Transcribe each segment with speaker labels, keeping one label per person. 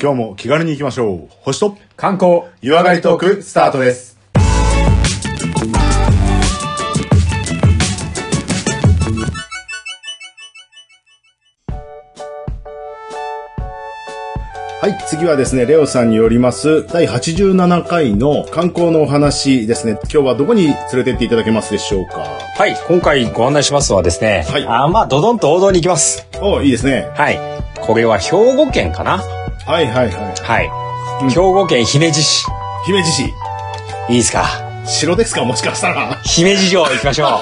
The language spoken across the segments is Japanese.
Speaker 1: 今日も気軽に行きましょう。星と
Speaker 2: 観光
Speaker 1: 湯上がりトークスタートです。はい、次はですね、レオさんによります、第87回の観光のお話ですね。今日はどこに連れてっていただけますでしょうか
Speaker 2: はい今回ご案内しますのはですね、
Speaker 1: はい
Speaker 2: あまあドドンと王道に行きます
Speaker 1: おいいですね。
Speaker 2: はいこれは兵庫県かな
Speaker 1: はいはいは
Speaker 2: はい、兵庫県姫路市
Speaker 1: い。姫路市、
Speaker 2: いいですか
Speaker 1: 城ですかもしかしたら。
Speaker 2: 姫路城行きま しょ
Speaker 1: は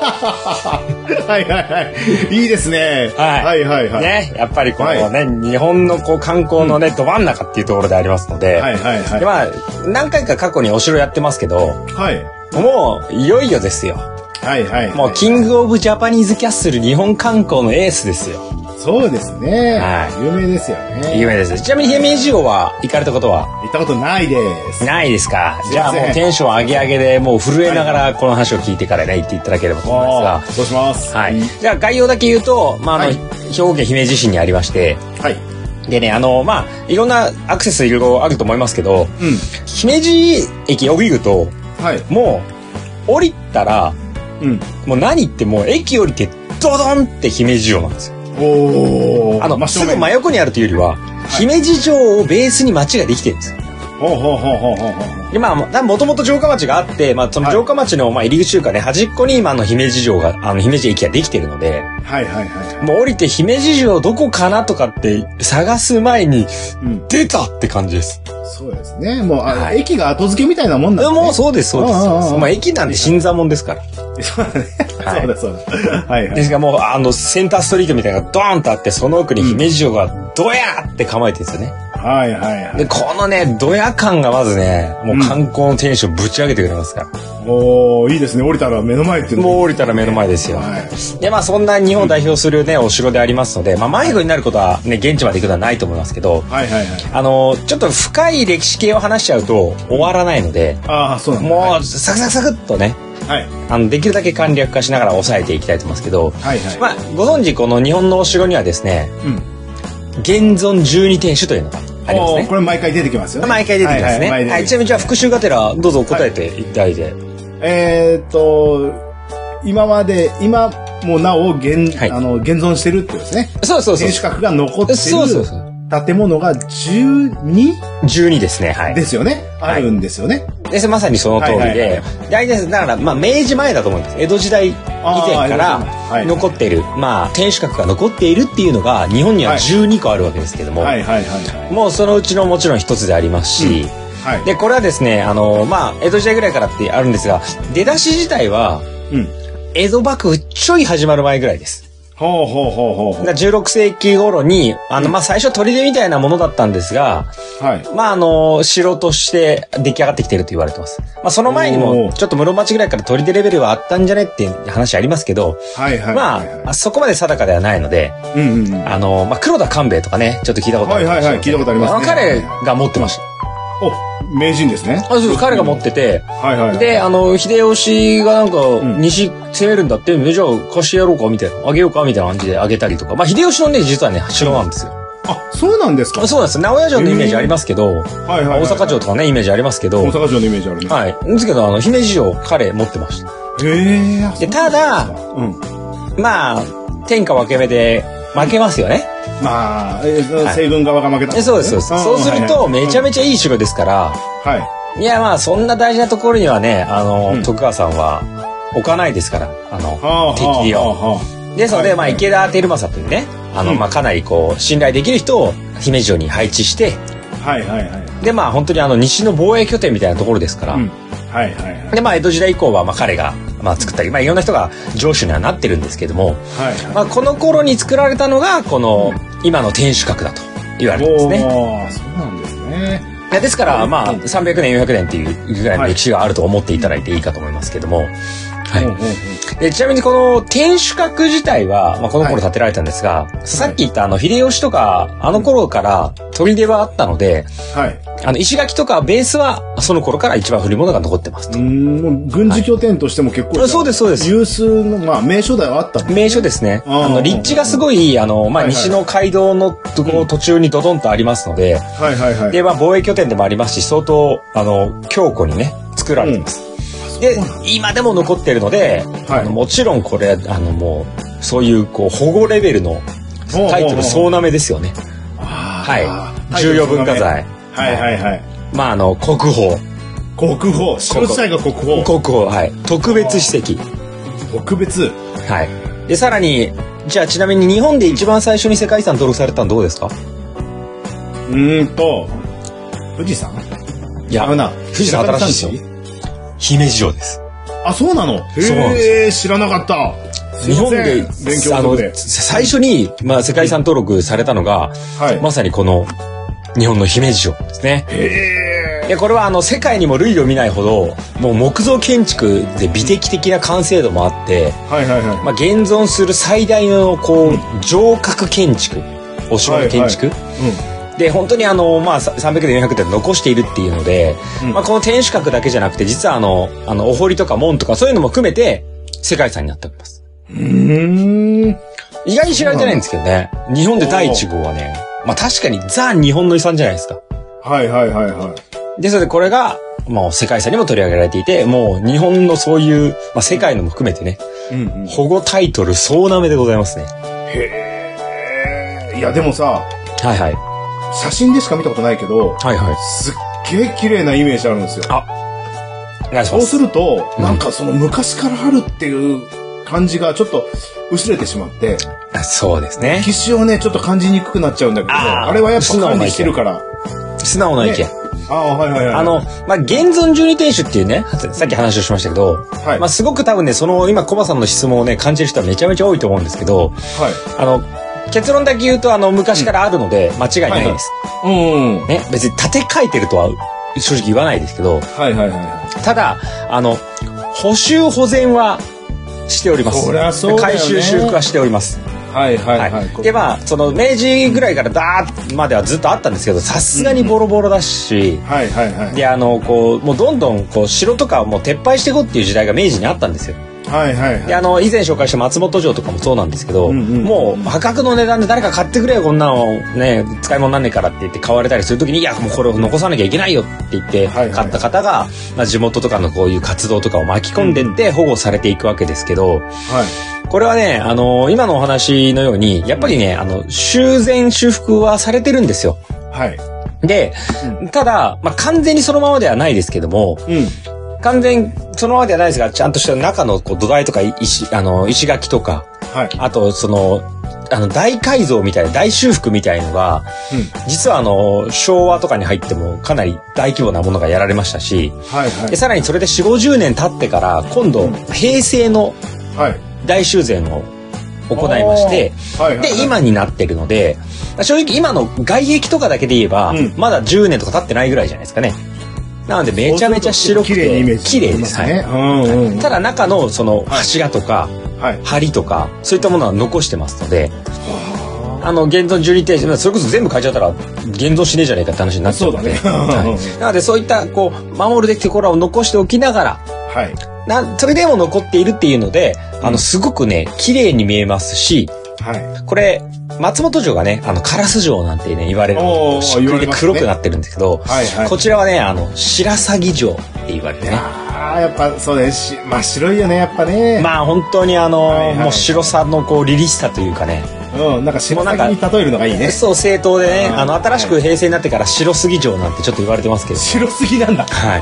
Speaker 1: いはいはい。いいですね。
Speaker 2: はい
Speaker 1: はいはいは
Speaker 2: う
Speaker 1: い。
Speaker 2: ねやっぱりこの
Speaker 1: は
Speaker 2: ね、日本のこう観光のね、ど真ん中っていうところでありますので、
Speaker 1: はいはいはい
Speaker 2: で。まあ何回か過去にお城やってますけど
Speaker 1: はい。
Speaker 2: もういよいよですよ
Speaker 1: はいはいはい。
Speaker 2: もうキングオブジャパニーズキャッスル日本観光のエースですよ
Speaker 1: そうですね。
Speaker 2: はい
Speaker 1: 有名ですよね。
Speaker 2: 有名ですちなみに姫路城は行かれたことは
Speaker 1: 行ったことないです。
Speaker 2: ないですか
Speaker 1: すい
Speaker 2: じ
Speaker 1: ま
Speaker 2: ゃ
Speaker 1: せ
Speaker 2: あ
Speaker 1: ん
Speaker 2: もうテンション上げ上げでもう震えながらこの話を聞いてからね言っていただければと思い
Speaker 1: ああ、
Speaker 2: ます
Speaker 1: そうします。
Speaker 2: が、はい、じゃあ概要だけ言うと、まああの
Speaker 1: はい
Speaker 2: 兵庫県姫路市にありまして
Speaker 1: はい。
Speaker 2: でねあのまあいろんなアクセスいろいろあると思いますけど
Speaker 1: う
Speaker 2: 姫路駅降りると
Speaker 1: ん。はい。
Speaker 2: もう降りたら
Speaker 1: うん。
Speaker 2: もう何ってもう駅降りてドドンって姫路城なんですよ
Speaker 1: おお。
Speaker 2: あのすぐ真
Speaker 1: 迷
Speaker 2: 横にあるというよりは、姫路城をベースに町ができてるんですよ
Speaker 1: ほうほうほうほうほうほう。
Speaker 2: でまあ、もともと城下町があって、まあ、その
Speaker 1: はい
Speaker 2: 城下町の、まあ、入り口というかね、端っこに今の姫路城が、あの、姫路駅ができてるので、
Speaker 1: はいはいは
Speaker 2: もう降りて姫路城どこかなとかって探す前に、
Speaker 1: い。うん。
Speaker 2: 出たって感じです。
Speaker 1: そうですね。もう、あ
Speaker 2: はい
Speaker 1: 駅が後付けみたいなもんなん
Speaker 2: で
Speaker 1: だね。
Speaker 2: もうそうです、そうです。
Speaker 1: ああ
Speaker 2: そうで
Speaker 1: あ
Speaker 2: す
Speaker 1: あ
Speaker 2: まあ、駅なんて新座門ですから。
Speaker 1: そうだね。
Speaker 2: はい
Speaker 1: そうだそうだ。はいは
Speaker 2: で
Speaker 1: い。
Speaker 2: すがもう、あの、センターストリートみたいなのがドーンとあって、その奥に姫路城がドヤーって構えてるんですよね。
Speaker 1: はいはいは
Speaker 2: で、
Speaker 1: い。
Speaker 2: このね、ドヤ感がまずね、もう観光のテンションぶち上げてくれますから。
Speaker 1: おおいいですね。降りたら目の前っていうの
Speaker 2: もう降りたら目の前ですよ。
Speaker 1: はい。
Speaker 2: でまあそんな日本を代表するね、お城でありますので、まあ、迷子になることはね現地まで行くのはないと思いますけど
Speaker 1: はいはいはい。
Speaker 2: あのちょっと深い歴史系を話しちゃうと終わらないので
Speaker 1: ああ、そうなんだ。
Speaker 2: もうサクサクサクっとね
Speaker 1: はい。
Speaker 2: あのできるだけ簡略化しながら抑えていきたいと思いますけど、
Speaker 1: はいはい。
Speaker 2: まあ、ご存知この日本のお城にはですね
Speaker 1: うん。
Speaker 2: 現存十二天守というのがあります
Speaker 1: おー
Speaker 2: ね
Speaker 1: こ。れ毎回出てきますよね。
Speaker 2: 毎回出てきますね。
Speaker 1: は
Speaker 2: は
Speaker 1: は
Speaker 2: い
Speaker 1: い
Speaker 2: い、
Speaker 1: 毎
Speaker 2: ち
Speaker 1: 回
Speaker 2: なみにじゃあ復習がてらどうぞ答えていただいて。
Speaker 1: えーっと、今まで、今もなお現、
Speaker 2: はい
Speaker 1: あの、現存してるってことですね。
Speaker 2: そうそうそ
Speaker 1: 天
Speaker 2: う。
Speaker 1: 守閣が残って
Speaker 2: そうそうそ
Speaker 1: る
Speaker 2: う。
Speaker 1: 建物が 12?
Speaker 2: 十二ですね。はい。
Speaker 1: ですよね。あ
Speaker 2: はい
Speaker 1: るんですよね。
Speaker 2: でまさにその通りで、
Speaker 1: はいはいはい
Speaker 2: 大体ですだからまあ明治前だと思うんです江戸時代以前か
Speaker 1: あー江戸時代は
Speaker 2: ら
Speaker 1: い
Speaker 2: 残っている、まあ天守閣が残っているっていうのが日本には
Speaker 1: はい
Speaker 2: 12個あるわけですけども、
Speaker 1: はいはいはいはい。
Speaker 2: もうそのうちのもちろん一つでありますし、
Speaker 1: はい。
Speaker 2: でこれはですねあのまあ江戸時代ぐらいからってあるんですが出だし自体は
Speaker 1: うん。
Speaker 2: 江戸幕府ちょい始まる前ぐらいです。
Speaker 1: ほうほうほうほうほ
Speaker 2: だから16世紀頃にあの、まあ、最初砦みたいなものだったんですが、
Speaker 1: う。はい。
Speaker 2: まああの、城として出来上がってきてると言われてます。まあその前に
Speaker 1: お
Speaker 2: も、
Speaker 1: ー
Speaker 2: ちょっと室町ぐらいから取り出レベルはあったんじゃねっていう話ありますけど、
Speaker 1: はいはい。
Speaker 2: ま
Speaker 1: はい
Speaker 2: あ、あそこまで定かではないので、
Speaker 1: うんうんうん。
Speaker 2: あの、まあ黒田官兵衛とかね、ちょっと聞いたことあるかもしれ
Speaker 1: はいはいはい聞いたことありますね
Speaker 2: あの彼が持ってました。
Speaker 1: お、名人ですね。
Speaker 2: あそう彼が持ってて、
Speaker 1: はいはいはい。
Speaker 2: で、あの、秀吉がなんか
Speaker 1: ん、
Speaker 2: 西攻めるんだって、じゃあ貸してやろうか、みたいな、あげようか、みたいな感じであげたりとか、まあ秀吉のね、実はね、城なんですよ。
Speaker 1: あ、そうなんですか。
Speaker 2: そうなんです。名古屋城のイメージありますけど、
Speaker 1: はいはいはい。
Speaker 2: 大阪城とかね、イメージありますけど、
Speaker 1: 大阪城のイメージあるね。
Speaker 2: はい。ですけど、あの、姫路城、彼持ってました。
Speaker 1: へえ。あ
Speaker 2: で、ただ、
Speaker 1: そううん。
Speaker 2: まあ、天下分け目で負けますよね。
Speaker 1: まあ、えーその
Speaker 2: はい
Speaker 1: 西軍側が負けたん
Speaker 2: で
Speaker 1: ですね、
Speaker 2: そうです、そうです。そうすると、めちゃ
Speaker 1: め
Speaker 2: めちゃいい城ですから、
Speaker 1: ちゃ。はい。
Speaker 2: いや、まあ、そんな大事なところにはね、あの、
Speaker 1: うん
Speaker 2: 徳川さんは置かないですから、あの、
Speaker 1: はあ
Speaker 2: 敵
Speaker 1: はあ
Speaker 2: を。
Speaker 1: は
Speaker 2: ですの
Speaker 1: は
Speaker 2: で、
Speaker 1: い
Speaker 2: まあ、池田輝政というね、あの、
Speaker 1: うん
Speaker 2: まあ、かなりこう、信頼できる人を姫路城に配置して、
Speaker 1: あはいはいはい。
Speaker 2: で、まあ、本当にあの、西の防衛拠点みたいなところですから、
Speaker 1: うん。はいはいはい。
Speaker 2: で、まあ、江戸時代以降は、まあ、彼が、まあ、作ったり、まあ、いろんな人が城主にはなってるんですけども、
Speaker 1: はいはい。
Speaker 2: まあ、この頃に作られたのがこの今の天守閣だと言われてますね。
Speaker 1: おーそうなんですね。
Speaker 2: いやですからまあ
Speaker 1: うん
Speaker 2: 300年400年っていうぐらいの歴史があると思っていただいていいかと思いますけども、はいはい。
Speaker 1: うんうんうん
Speaker 2: えちなみにこの天守閣自体は、まあ、この頃建てられたんですが、さっき言ったあの秀吉とかあの頃から砦はあったので
Speaker 1: はい。
Speaker 2: あの石垣とかベースはその頃から一番古いものが残ってます
Speaker 1: う
Speaker 2: と
Speaker 1: ー。ん、もう軍事拠点としても結構、
Speaker 2: はいそうですそうです
Speaker 1: 有数の、まあ、名所ではあった。
Speaker 2: 名所ですね。
Speaker 1: あー
Speaker 2: あの、立地がすごい、あの、まあ、
Speaker 1: はいはい
Speaker 2: 西の街道のところ途中にドドンとありますので、
Speaker 1: はいはいはい。
Speaker 2: で、まあ、防衛拠点でもありますし、相当、あの、強固にね、作られてます。で、今でも残ってるので、
Speaker 1: はい
Speaker 2: あのもちろんこれ、あの、もう、そういう、こう、保護レベルのタイトル総なめですよね。
Speaker 1: は
Speaker 2: はい。重要文化。財。
Speaker 1: はいはいはい。
Speaker 2: まあ、あの、国宝。
Speaker 1: 国宝。城自体が国宝。
Speaker 2: 国宝、はい。特別史跡。
Speaker 1: 特別。
Speaker 2: はい。で、さらに、じゃあちなみに日本で一番最初に世界遺産登録されたのどうですか
Speaker 1: うーんと、富士山
Speaker 2: い
Speaker 1: あれな。
Speaker 2: 富士山新しいですよ。姫路城です。
Speaker 1: あ、そうなの
Speaker 2: そうなん
Speaker 1: へえ、知らなかった。すい
Speaker 2: 日
Speaker 1: ま
Speaker 2: 本
Speaker 1: せん
Speaker 2: で、
Speaker 1: 勉強
Speaker 2: あ
Speaker 1: 不
Speaker 2: の
Speaker 1: 足で、。
Speaker 2: 最初に、まあ、世界遺産登録されたのが、
Speaker 1: はい。
Speaker 2: まさにこの、日本の姫路城ですね。
Speaker 1: へえ。
Speaker 2: いや、これはあの、世界にも類を見ないほど、もう木造建築で美的的な完成度もあって、
Speaker 1: はいはいはい。
Speaker 2: まあ、現存する最大の、こう、城郭建築、お城の建築、で本当にあの、まあ、さ300で400で残しているっていうので、
Speaker 1: うん
Speaker 2: まあ、この天守閣だけじゃなくて実はあのあのお堀とか門とかそういうのも含めて世界遺産になっております
Speaker 1: うん。うーん。
Speaker 2: 意外に知られてないんですけどね日本で第1号はね、まあ、確かにザ日本の遺産じゃないですか
Speaker 1: はいはいはいはい。
Speaker 2: ですのでこれがもう世界遺産にも取り上げられていてもう日本のそういう、まあ、世界のも含めてね
Speaker 1: うんうん。
Speaker 2: 保護タイトル総なめでございますね
Speaker 1: へえ。いやでもさ、
Speaker 2: はいはい
Speaker 1: 写真でしか見たことないけど、
Speaker 2: はいはい
Speaker 1: すっげえ綺麗なイメージあるんですよ。
Speaker 2: お願いし
Speaker 1: そう
Speaker 2: ます
Speaker 1: すると、
Speaker 2: うん
Speaker 1: なんかその昔からあるっていう感じがちょっと薄れてしまって、
Speaker 2: あそうですね
Speaker 1: 歴史をね、ちょっと感じにくくなっちゃうんだけど、
Speaker 2: あ
Speaker 1: あ
Speaker 2: ー
Speaker 1: れはやっぱ管理してるから。
Speaker 2: 素直な意見、
Speaker 1: ねああ、はいはいはい。
Speaker 2: あの、まあ、現存十二天守っていうね、さっき話をしましたけど、
Speaker 1: はい、
Speaker 2: まあ、すごく多分ね、その、今、コバさんの質問をね、感じる人はめちゃめちゃ多いと思うんですけど、あの、結論だけ言うと、あの、昔からあるので、間違いないです。
Speaker 1: はい。うん。はい
Speaker 2: ね、別に立て替えてるとは、正直言わないですけ
Speaker 1: は
Speaker 2: ど、
Speaker 1: いはいは
Speaker 2: ただ、あの、補修保全は、しております。
Speaker 1: そりゃそうだよね
Speaker 2: 改修修復はしております。
Speaker 1: い。はいはい
Speaker 2: は。
Speaker 1: はいい。
Speaker 2: で、まあ、その、明治ぐらいからダーッまではずっとあったんですけど、さすがにボロボロだし、
Speaker 1: はいはいはい。
Speaker 2: であのこうもうどんどんこう城とかはもう撤廃していこうっていう時代が明治にあったんですよ。
Speaker 1: はいはいはい。
Speaker 2: であの以前紹介した松本城とかもそうなんですけど、
Speaker 1: うんうん
Speaker 2: もう破格の値段で誰か買ってくれよこんなのね使い物になんねえからって言って買われたりする時にいやもうこれを残さなきゃいけないよって言って
Speaker 1: はいはい
Speaker 2: 買った方が、まあ、地元とかのこういう活動とかを巻き込んでって保護されていくわけですけ
Speaker 1: は
Speaker 2: ど
Speaker 1: い。
Speaker 2: これはねあの今のお話のようにやっぱりねあの修繕修復はされてるんですよ。
Speaker 1: はい。
Speaker 2: で、ただ、まあ、完全にそのままではないですけども、
Speaker 1: うん。
Speaker 2: 完全そのままではないですがちゃんとした中のこう土台とか石あの石垣とか
Speaker 1: はい。
Speaker 2: あとそのあの大改造みたいな大修復みたいのが
Speaker 1: うん。
Speaker 2: 実はあの昭和とかに入ってもかなり大規模なものがやられましたし
Speaker 1: はいは
Speaker 2: でさらにそれで4 5 0年経ってから今度平成の
Speaker 1: い。はい。
Speaker 2: 大修繕を行いまして
Speaker 1: あー、はいはいはい
Speaker 2: で、今になってるので正直今の外壁とかだけで言えば
Speaker 1: うん
Speaker 2: まだ10年とか経ってないぐらいじゃないですかね。なのでめちゃめちゃ白くて
Speaker 1: 綺麗なイメージ。
Speaker 2: 綺麗です。はい
Speaker 1: ね。うんうん。
Speaker 2: ただ中のその柱とか
Speaker 1: はい。
Speaker 2: 梁とかそういったものは残してますのであの現存12定それこそ全部変えちゃったら現存しねえじゃねえかって話になっちゃうので
Speaker 1: そうだね
Speaker 2: はいなのでそういったこう守るべきところを残しておきながら
Speaker 1: はい。
Speaker 2: なそれでも残っているっていうのであ
Speaker 1: うん
Speaker 2: のすごくね綺麗に見えますし
Speaker 1: はい。
Speaker 2: これ松本城がねあの烏城なんてね言われる
Speaker 1: おー
Speaker 2: しっ
Speaker 1: 言
Speaker 2: く
Speaker 1: われ
Speaker 2: りで
Speaker 1: ますね
Speaker 2: 黒くなってるんですけど
Speaker 1: はいはい。
Speaker 2: こちらはねあの白鷺城って言われてね
Speaker 1: ああ、やっぱそうね。し真っ白いよね、やっぱね。
Speaker 2: まあ本当にあの、
Speaker 1: はいはい
Speaker 2: もう白さのこう凛々しさというかね
Speaker 1: うん、なんか白鷺に例えるのがいいね。
Speaker 2: そう正当でね
Speaker 1: うん
Speaker 2: あの新しく平成になってから白杉城なんてちょっと言われてますけど
Speaker 1: 白すぎなんだ。
Speaker 2: は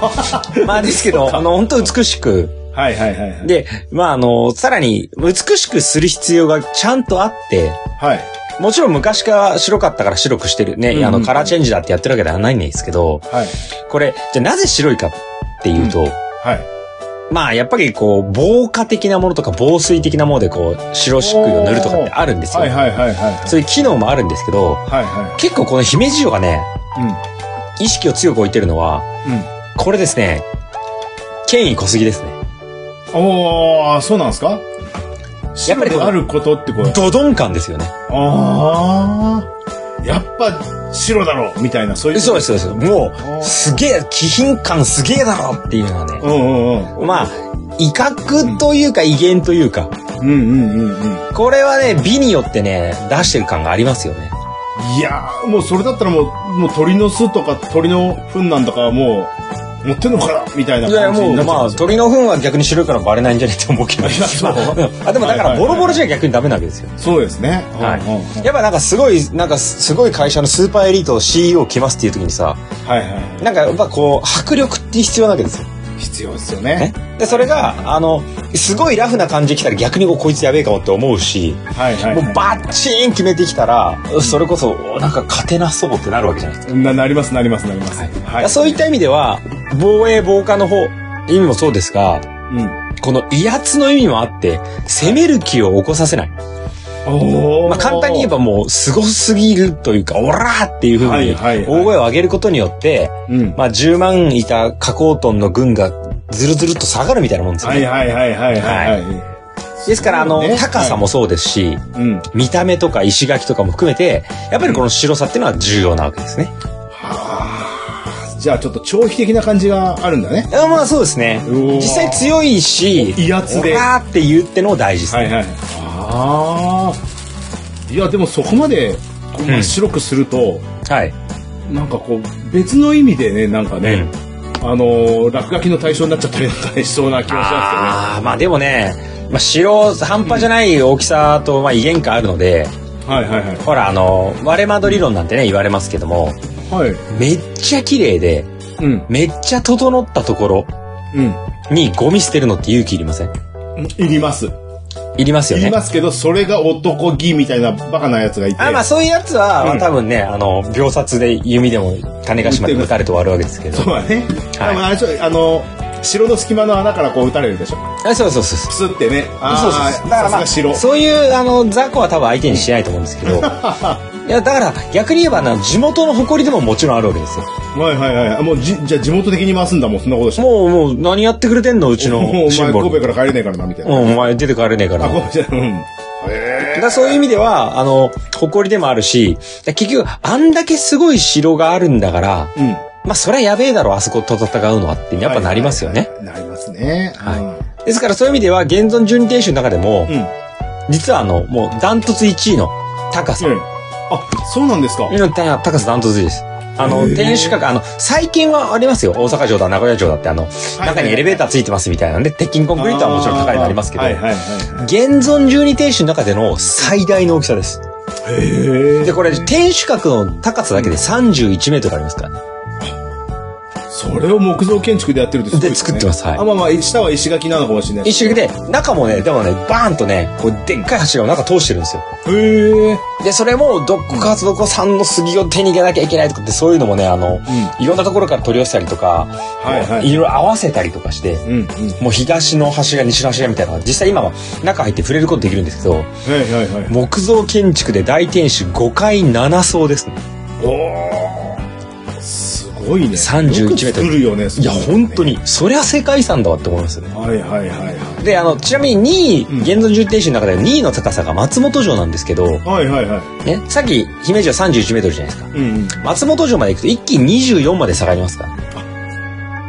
Speaker 2: い。 まあですけどあの本当美しく
Speaker 1: はいはいはいはい。
Speaker 2: でまああのさらに美しくする必要がちゃんとあって
Speaker 1: はい。
Speaker 2: もちろん昔から白かったから白くしてるね、
Speaker 1: うん
Speaker 2: あのカラーチェンジだってやってるわけではないんですけど
Speaker 1: はい。
Speaker 2: これじゃあなぜ白いかっていうと、
Speaker 1: はい。
Speaker 2: まあやっぱりこう防火的なものとか防水的なものでこう白漆喰を塗るとかってあるんですよ
Speaker 1: はいはいはいはい。
Speaker 2: そういう機能もあるんですけど、
Speaker 1: はいは
Speaker 2: 結構この姫路城がね、
Speaker 1: い。うん。
Speaker 2: 意識を強く置いてるのは、
Speaker 1: うん。
Speaker 2: これですね、権威小杉ですね。
Speaker 1: ああ、そうなんですか
Speaker 2: やっ
Speaker 1: 白
Speaker 2: ぱりこ
Speaker 1: で
Speaker 2: の
Speaker 1: あることってこと
Speaker 2: ドドン感ですよね。
Speaker 1: ああ、やっぱ白だろうみたいな、そういう。
Speaker 2: そうです、そうです。も
Speaker 1: おー
Speaker 2: う、すげえ、気品感すげえだろっていうのはね。
Speaker 1: うんうんうん。
Speaker 2: まあ、威嚇というか威厳というか、
Speaker 1: うんうんうんうん。
Speaker 2: これはね、美によってね、出してる感がありますよね。
Speaker 1: いやー、もうそれだったらもう、もう鳥の巣とか鳥の糞なんとかはもう、持ってんのかなみたいない
Speaker 2: や、
Speaker 1: 感じ
Speaker 2: も
Speaker 1: にな
Speaker 2: う、
Speaker 1: っちゃ
Speaker 2: ま
Speaker 1: うん
Speaker 2: あ、
Speaker 1: ですよ。
Speaker 2: 鳥の糞は逆に白いからバレないんじゃねえと思うけど。
Speaker 1: いや そう
Speaker 2: まああ、でもだか
Speaker 1: はいはいはい
Speaker 2: ら、ボロボロじゃ逆にダメなわけですよ。
Speaker 1: そうですね。
Speaker 2: はい
Speaker 1: うんうんうん
Speaker 2: やっぱなんかすごい、なんかすごい会社のスーパーエリート CEO 来ますっていう時にさ、
Speaker 1: はいは
Speaker 2: なんかやっぱこう、迫力って必要なわけですよ。
Speaker 1: い。必要ですよ
Speaker 2: ね
Speaker 1: ね。。
Speaker 2: で、それが、あの、すごいラフな感じで来たら逆にこうこいつやべえかもって思うし、
Speaker 1: はいはい
Speaker 2: もう
Speaker 1: は
Speaker 2: バッチーン決めてきたら、それこそ、なんか勝てなそうってなるわけじゃないですか。
Speaker 1: い。な、なりますなりますなります。はい。
Speaker 2: そういった意味では、防衛防火の方、意味もそうですが、
Speaker 1: うん。
Speaker 2: この威圧の意味もあって、攻める気を起こさせない。
Speaker 1: おー
Speaker 2: まあ、簡単に言えばもう、すごすぎるというか、オラーっていうふう
Speaker 1: はい
Speaker 2: に、
Speaker 1: はいはい
Speaker 2: 大声を上げることによって、
Speaker 1: うん。
Speaker 2: まあ、10万いた加工トンの軍が、ずるずるっと下がるみたいなもんですよ
Speaker 1: は
Speaker 2: ね。
Speaker 1: いはいはいはいはいは
Speaker 2: ですから、あの、
Speaker 1: そうね
Speaker 2: 高さもそうですし、
Speaker 1: い。うん。
Speaker 2: 見た目とか石垣とかも含めて、やっぱりこの白さっていうのは重要なわけですね。
Speaker 1: はあ。じゃあちょっと長期的な感じがあるんだね。
Speaker 2: あまあそうですね。
Speaker 1: うおー
Speaker 2: 実際強いし、
Speaker 1: 威圧で
Speaker 2: オラーって言うってのも大事ですね。
Speaker 1: はいはい。ああ。いや、でもそこまで、こう真っ白くすると、
Speaker 2: はい。
Speaker 1: なんかこう別の意味でねなんかね、あのー落書きの対象になっちゃったりとかしそうな気がしま
Speaker 2: ああ、まあでもね、まあ白、半端じゃない大きさと、まあ威厳感あるので、
Speaker 1: すけどね。はいはいはい
Speaker 2: ほら、あの、割れ窓理論なんてね、言われますけども、
Speaker 1: はい。
Speaker 2: めっちゃ綺麗で、
Speaker 1: うん
Speaker 2: めっちゃ整ったところにゴミ捨てるのって勇気いりません
Speaker 1: うん。いります。
Speaker 2: いります
Speaker 1: い
Speaker 2: よね。
Speaker 1: りますけどそれが男気みたいなバカなやつがいて。
Speaker 2: あまあそういうやつは、ま
Speaker 1: うん
Speaker 2: あ、多分ね、あの、秒殺で弓でも種ヶ島で撃たれて終わるわけですけど。
Speaker 1: そうだね。
Speaker 2: はい
Speaker 1: 多分あれでしょあの城の隙間の穴からこう撃たれるでしょ。
Speaker 2: あそうそうそうそう。
Speaker 1: プスってね。あ
Speaker 2: そうそう
Speaker 1: ー
Speaker 2: そうだからまあ
Speaker 1: さすが城。
Speaker 2: そういうあの雑魚は多分相手にしないと思うんです けどいやだから逆に言えばな地元の誇りでももちろんあるわけですよ
Speaker 1: はいはいはいあ。もうじじゃあ地元的に回すんだもんそんなことして。
Speaker 2: もうもう何やってくれてんのうち の
Speaker 1: もうお
Speaker 2: シ
Speaker 1: 前
Speaker 2: ンボ
Speaker 1: 神戸
Speaker 2: ル
Speaker 1: から帰れねえからなみたい
Speaker 2: うん
Speaker 1: な。
Speaker 2: お前出てかれねえから
Speaker 1: あ
Speaker 2: だか
Speaker 1: 神戸じゃうん。へえ。
Speaker 2: らそういう意味ではあの誇りでもあるし結局あんだけすごい城があるんだから
Speaker 1: うん。
Speaker 2: まあそりゃやべえだろあそこと戦うのはってやっぱなりますよね、
Speaker 1: はいはいはい。なりますね。
Speaker 2: はいですからそういう意味では現存準天守の中でも、
Speaker 1: うん。うん。
Speaker 2: 実はあのもうダントツ1位の高さ、
Speaker 1: あ、そうなんですか。
Speaker 2: うん、た高さダントツです。あの、
Speaker 1: へー
Speaker 2: 天守閣、あの、最近はありますよ。大阪城だ、名古屋城だって、あの、
Speaker 1: い
Speaker 2: 中にエレベーターついてますみたいなんで、鉄筋コンクリートはもちろん高いのありますけど、
Speaker 1: はいはいは
Speaker 2: 現存十二天守の中での最大の大きさです。
Speaker 1: い。へえ。
Speaker 2: で、これ、天守閣の高さだけで31メートルありますからね。
Speaker 1: それを木造建築でやってるってすごい
Speaker 2: で、
Speaker 1: すね
Speaker 2: 作ってます。はい
Speaker 1: あ、。まあまあ、下は石垣なのかもしれない。
Speaker 2: 一周で、中もね、でもね、バーンとね、こう、でっかい柱を中通してるんですよ。
Speaker 1: へえ。
Speaker 2: で、それも、どこかどこさんの杉を手に入れなきゃいけないとかって、そういうのもね、あの、いろんなところから取り寄せたりとか、
Speaker 1: はいはい
Speaker 2: ろいろ合わせたりとかして、
Speaker 1: うんうん。
Speaker 2: もう東の柱西の柱みたいなのが実際今は中入って触れることできるんですけど
Speaker 1: はいはいはい。
Speaker 2: 木造建築で大天守5階7層ですね
Speaker 1: おーすごいね。
Speaker 2: 31
Speaker 1: よく作るよね。
Speaker 2: いや
Speaker 1: そううのね
Speaker 2: 本当。にそりゃ世界遺産だわって思いますよね
Speaker 1: はいはいはい
Speaker 2: であのちなみに2位、
Speaker 1: うん
Speaker 2: 現存重天守の中で2位の高さが松本城なんですけど、ね、
Speaker 1: はい。はいはいはい。
Speaker 2: さっき姫路は3 1メートルじゃないですか
Speaker 1: うんうん。
Speaker 2: 松本城まで行くと一気に24まで下がりますからま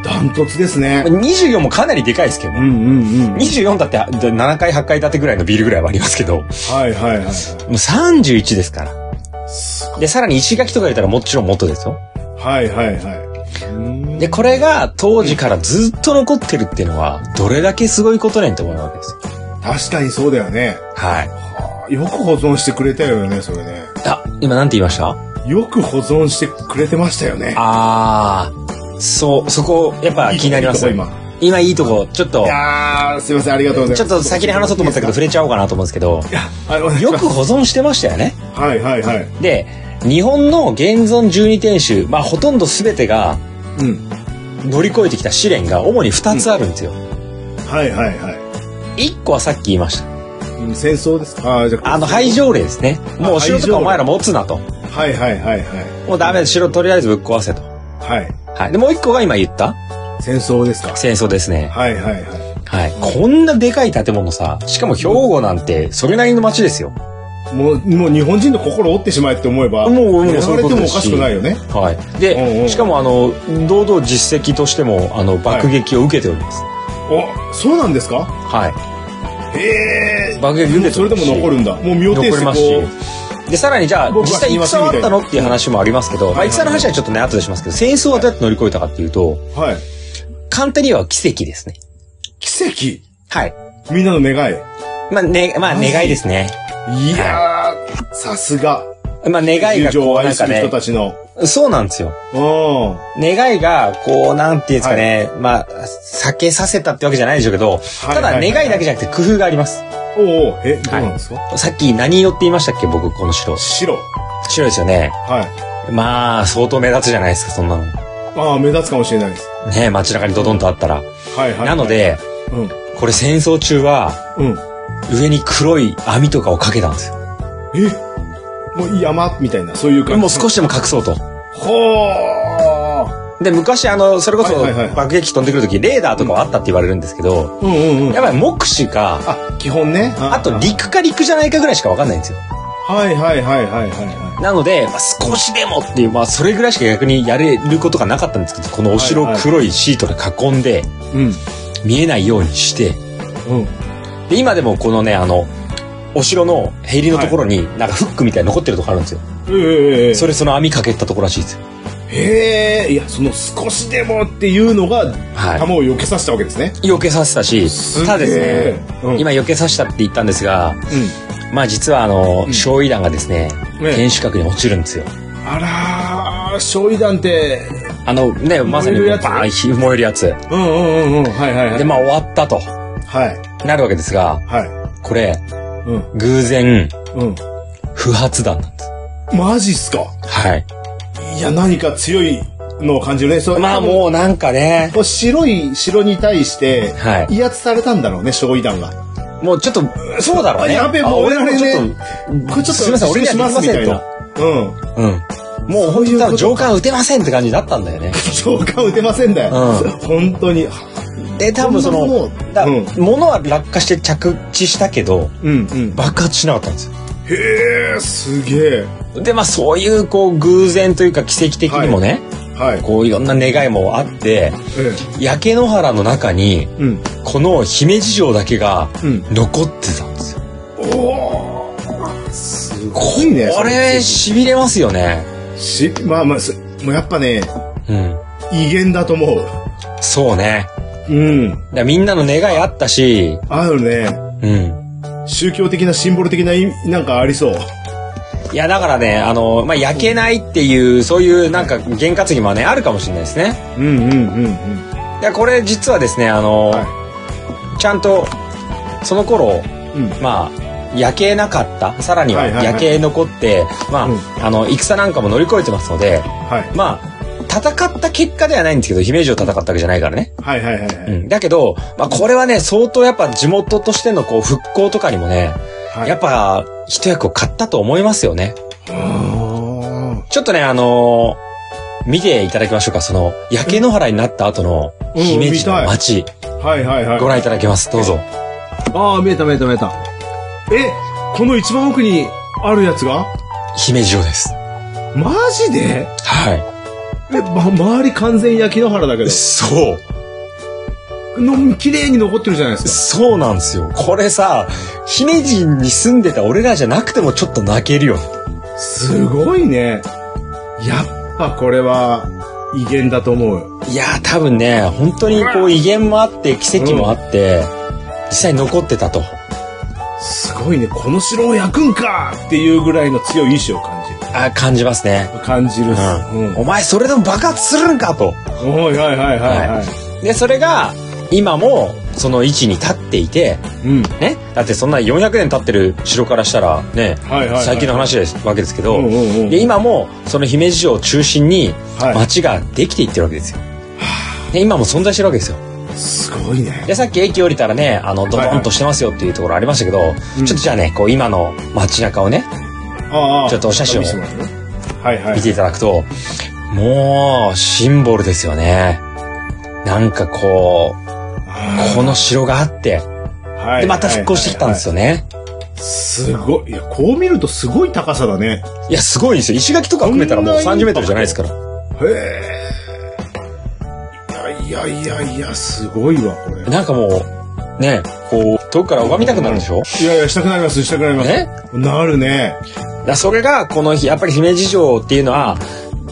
Speaker 1: ダントツですね
Speaker 2: あ。24もかなりでかいですけど
Speaker 1: うんう
Speaker 2: ね
Speaker 1: んうん。
Speaker 2: 24だって7階8階建てぐらいのビルぐらいはありますけども
Speaker 1: はいはいはい。
Speaker 2: う31ですから
Speaker 1: す
Speaker 2: でさらに石垣とか入れたらもちろんもっとですよ
Speaker 1: はいはいはい。うん
Speaker 2: で、これが当時からずっと残ってるっていうのは、どれだけすごいことねんって思うわけですよ。
Speaker 1: 確かにそうだよね。
Speaker 2: はい。
Speaker 1: はあよく保存してくれたよね、それね。
Speaker 2: あ、今なんて言いました
Speaker 1: よく保存してくれてましたよね。
Speaker 2: あー、そう、そこ、やっぱ気になります
Speaker 1: いいとこいいとこ
Speaker 2: 今いいとこ、ちょっと
Speaker 1: い、やー、すいません、ありがとうございま
Speaker 2: ち
Speaker 1: す。
Speaker 2: ょっと先に話そうと思ったけど、触れちゃおうかなと思うんですけど、
Speaker 1: いや、あれ、お願いし
Speaker 2: よ
Speaker 1: ま
Speaker 2: く
Speaker 1: す
Speaker 2: 保存してましたよね。
Speaker 1: はいはいはい。
Speaker 2: で、日本の現存十二天守、まあほとんど全てが
Speaker 1: うん。
Speaker 2: 乗り越えてきた試練が主に2つあるんですよ。
Speaker 1: はいはいは
Speaker 2: 1個はさっき言いました。
Speaker 1: いうん。戦争ですかあーじゃ
Speaker 2: あの、廃城令ですね。もうお城とかお前ら持つなと。
Speaker 1: はいはいはいは
Speaker 2: もうダメだ、城とりあえずぶっ壊せと。
Speaker 1: い。はい。
Speaker 2: はい。で、もう一個が今言った
Speaker 1: 戦争ですか
Speaker 2: 戦争ですね。
Speaker 1: はいはいは
Speaker 2: はい。こんなでかい建物さ、しかも兵庫なんて、それなりの街ですよ。
Speaker 1: もう、もう日本人の心折ってしまえって思えば、
Speaker 2: もうもう
Speaker 1: や
Speaker 2: そ
Speaker 1: ら
Speaker 2: うい
Speaker 1: れ
Speaker 2: うこ
Speaker 1: て
Speaker 2: と
Speaker 1: も
Speaker 2: で
Speaker 1: お
Speaker 2: すし
Speaker 1: かしくないよね。
Speaker 2: はい。で、
Speaker 1: うんうん
Speaker 2: しかも、あの、堂々実績としても、あの、爆撃を受けております。
Speaker 1: お、そうなんですか
Speaker 2: はい。
Speaker 1: へえ。
Speaker 2: 爆撃
Speaker 1: で
Speaker 2: 受
Speaker 1: も
Speaker 2: けて
Speaker 1: それでも残るんだ。もう身を挺し
Speaker 2: 残
Speaker 1: て
Speaker 2: り
Speaker 1: こ
Speaker 2: ますし。で、さらにじゃあ、
Speaker 1: 僕
Speaker 2: 実
Speaker 1: は
Speaker 2: 際戦はあったのっていう話もありますけど、
Speaker 1: い
Speaker 2: まあ、戦の話はちょっとね、後でしますけど、戦争はどうやって乗り越えたかっていうと、
Speaker 1: う。はい。
Speaker 2: 簡単には奇跡ですね。
Speaker 1: 奇
Speaker 2: はい。
Speaker 1: 跡みんなの願い。
Speaker 2: まあ、ね、まあ、
Speaker 1: マジ
Speaker 2: 願いですね。
Speaker 1: いやー、さすが。
Speaker 2: まあ、願い
Speaker 1: 友
Speaker 2: が
Speaker 1: 情
Speaker 2: こ
Speaker 1: を
Speaker 2: う、な
Speaker 1: 愛
Speaker 2: ん
Speaker 1: す
Speaker 2: か
Speaker 1: る人
Speaker 2: ね、
Speaker 1: たちの。
Speaker 2: そうなんですよ。
Speaker 1: うん。
Speaker 2: 願いが、こう、なんていうんですかね、まあ、避けさせたってわけじゃないでしょうけど、
Speaker 1: い
Speaker 2: ただ願いだけじゃなくて工夫があります。
Speaker 1: おうおうえ、どうなんですか、
Speaker 2: さっき何色って言いましたっけ僕、この白。
Speaker 1: 白。
Speaker 2: 白ですよね。
Speaker 1: はい。
Speaker 2: まあ、相当目立つじゃないですか、そんなの。
Speaker 1: ああ、目立つかもしれないです。
Speaker 2: ね街中にドドンとあったら。
Speaker 1: はいはい。
Speaker 2: なの。で、
Speaker 1: うん。
Speaker 2: これ戦争中は、
Speaker 1: うん。
Speaker 2: 上に黒い網とかをかけたんですよ。
Speaker 1: えもう山みたいな、そういう感じ。
Speaker 2: もう少しでも隠そうと。
Speaker 1: ほー。
Speaker 2: で、昔、あの、それこそ
Speaker 1: はいはいはい
Speaker 2: 爆撃機飛んでくるとき、レーダーとかはあったって言われるんですけど、
Speaker 1: うんうんうん。
Speaker 2: やっぱり目視か、
Speaker 1: あ、基本ね。
Speaker 2: あと陸か陸じゃないかぐらいしかわかんないんですよ。
Speaker 1: はいはいはいはいはいは
Speaker 2: なので、まあ、少しでもっていう、まあ、それぐらいしか逆にやれることがなかったんですけど、このお城
Speaker 1: はい
Speaker 2: を
Speaker 1: はい
Speaker 2: 黒いシートで囲んで、
Speaker 1: い。うん。
Speaker 2: 見えないようにして、
Speaker 1: うん。
Speaker 2: で、今でもこのね、あの、お城のへりのところに、なんかフックみたいに残ってるとこあるんですよ。
Speaker 1: ええ
Speaker 2: それその網かけたところらしいですよ。
Speaker 1: へえ、いや、その少しでもっていうのが、
Speaker 2: はい
Speaker 1: 弾を避けさせたわけですね。
Speaker 2: 避けさせたし
Speaker 1: す、げえ
Speaker 2: ただですね、
Speaker 1: うん
Speaker 2: 今避けさせたって言ったんですが、
Speaker 1: う
Speaker 2: まあ実はあの、焼夷弾がですね、
Speaker 1: ね
Speaker 2: 天守閣に落ちるんですよ。
Speaker 1: ん。あらー、焼夷弾って、
Speaker 2: あのね、まさにこ
Speaker 1: 燃
Speaker 2: う
Speaker 1: えるや
Speaker 2: バ
Speaker 1: つ
Speaker 2: ーン火燃えるやつ。
Speaker 1: うんうんうんうん。はいはいはい。
Speaker 2: で、まあ終わったと
Speaker 1: はい。
Speaker 2: なるわけですが、
Speaker 1: は
Speaker 2: これ、
Speaker 1: い。うん。
Speaker 2: 偶然、
Speaker 1: うん。
Speaker 2: 不発弾なんです。
Speaker 1: マジっすか
Speaker 2: はい。
Speaker 1: いや、何か強いのを感じるね。そ
Speaker 2: まあもうなんかね、
Speaker 1: こう白い城に対して、
Speaker 2: はい
Speaker 1: 威圧されたんだろうね、焼夷弾が。
Speaker 2: もうちょっと、そうだろうね。
Speaker 1: やべえもう
Speaker 2: あ
Speaker 1: 俺らね
Speaker 2: ちょっと、
Speaker 1: これちょっと
Speaker 2: すいません、俺には
Speaker 1: しま
Speaker 2: でき
Speaker 1: す
Speaker 2: ま
Speaker 1: みた
Speaker 2: せん
Speaker 1: いな
Speaker 2: と。。
Speaker 1: うん。
Speaker 2: うん。もう
Speaker 1: そう
Speaker 2: 本
Speaker 1: いうこ
Speaker 2: 当
Speaker 1: と
Speaker 2: は上官打てませんって感じだったんだよね。
Speaker 1: 召喚打てませんだよ。本当に。
Speaker 2: で、多分そ
Speaker 1: こんなも
Speaker 2: の
Speaker 1: の、
Speaker 2: だ
Speaker 1: うん
Speaker 2: 物は落下して着地したけど、
Speaker 1: うんうん。
Speaker 2: 爆発しなかったんですよ。
Speaker 1: へえ、すげえ。
Speaker 2: で、まあそういうこう偶然というか奇跡的にもね、
Speaker 1: はい。
Speaker 2: こういろんな願いもあって、
Speaker 1: え
Speaker 2: 焼け野原の中に、
Speaker 1: えうん。
Speaker 2: この姫路城だけが
Speaker 1: うん
Speaker 2: 残ってたんですよ。
Speaker 1: おお。すごいね。
Speaker 2: これ、
Speaker 1: そ
Speaker 2: 痺れますよね。
Speaker 1: のし、まあまあ、すもうやっぱね、
Speaker 2: うん。
Speaker 1: 威厳だと思う。
Speaker 2: そうね。
Speaker 1: うん。
Speaker 2: だからみんなの願いあったし、
Speaker 1: あるね。
Speaker 2: うん。
Speaker 1: 宗教的なシンボル的な意味、なんかありそう。
Speaker 2: いや、だからね、あの、まあ、焼けないっていう、そういうなんか、験担ぎもね、あるかもしれないですね。
Speaker 1: うんうんうんうん。
Speaker 2: いやこれ実はですねあの、
Speaker 1: は
Speaker 2: ちゃんとその頃
Speaker 1: い。うん。
Speaker 2: まあ夜景なかったさらには
Speaker 1: はいはいはい
Speaker 2: 夜景残って、まあ、
Speaker 1: うん
Speaker 2: あの戦なんかも乗り越えてますので
Speaker 1: はい。
Speaker 2: まあ戦った結果ではないんですけど姫路を戦ったわけじゃないからね、
Speaker 1: はいはいはいは
Speaker 2: う
Speaker 1: い。
Speaker 2: ん、だけど、まあ、これはね相当やっぱ地元としてのこう復興とかにもね、
Speaker 1: はい、
Speaker 2: やっぱ一役を買ったと思いますよね
Speaker 1: あ
Speaker 2: ちょっとねあの見ていただきましょうかその焼け野原になった後の
Speaker 1: うん
Speaker 2: 姫路の街、
Speaker 1: ーはいはいはい。
Speaker 2: ご覧いただきますどうぞ。
Speaker 1: ああ、見えた見えた見えた。え、この一番奥にあるやつが
Speaker 2: 姫路城です。
Speaker 1: マジで
Speaker 2: は
Speaker 1: え、ま、周り完全焼き野原だけ
Speaker 2: い。そ
Speaker 1: ど、の、綺麗に残ってるじゃないで
Speaker 2: う。
Speaker 1: す
Speaker 2: そうなんですよ。これさ、姫路に住んでた俺らじゃなくてもちょっと泣けるよ。
Speaker 1: か。すごいね。やっぱこれは、威厳だと思う。
Speaker 2: いやー、多分ね、本当にこう威厳もあって、奇跡もあって、実際残ってたと。
Speaker 1: すごいね。この城を焼くんかっていうぐらいの強い意志を感じる。
Speaker 2: あー感じますね。
Speaker 1: 感じる。
Speaker 2: う。
Speaker 1: うん
Speaker 2: お前それでも爆発するんかと。
Speaker 1: ん。はいはいはいはいはい。
Speaker 2: で、それが、今もその位置に立っていて、
Speaker 1: うん。
Speaker 2: ね。だってそんな400年経ってる城からしたら、ね、
Speaker 1: はいはいはい
Speaker 2: 最近の話ですわけですけど、
Speaker 1: うんうんうん
Speaker 2: で今もその姫路城を中心に
Speaker 1: はい
Speaker 2: 町ができていってるわけですよ。で今も存在してるわけですよ。
Speaker 1: すごいね。
Speaker 2: でさっき駅降りたらねあのド
Speaker 1: はい
Speaker 2: ド
Speaker 1: はい
Speaker 2: ンとしてますよっていうところありましたけど、
Speaker 1: うん
Speaker 2: ちょっとじゃあねこう今の街中をね
Speaker 1: ああ
Speaker 2: ちょっとお写真を
Speaker 1: 見せてもらうねはいはい
Speaker 2: 見。ていただくと、もうシンボルですよね。なんかこうこの城があって、
Speaker 1: は
Speaker 2: で、また復興してきたんですよ
Speaker 1: よ。
Speaker 2: ね。
Speaker 1: すごい。いや、こう見るとすごい高さだね。
Speaker 2: いや、すごいんですよ。石垣とか含めたらもう30メートルじゃないですから。
Speaker 1: へえ。いやいやいやいや、すごいわ、これ。
Speaker 2: なんかもう、ね、こう、遠くから拝みたくなるでしょ
Speaker 1: いやいや、したくなります、したくなります。
Speaker 2: ね
Speaker 1: なるね。
Speaker 2: だからそれがこの日やっぱり姫路城っていうのは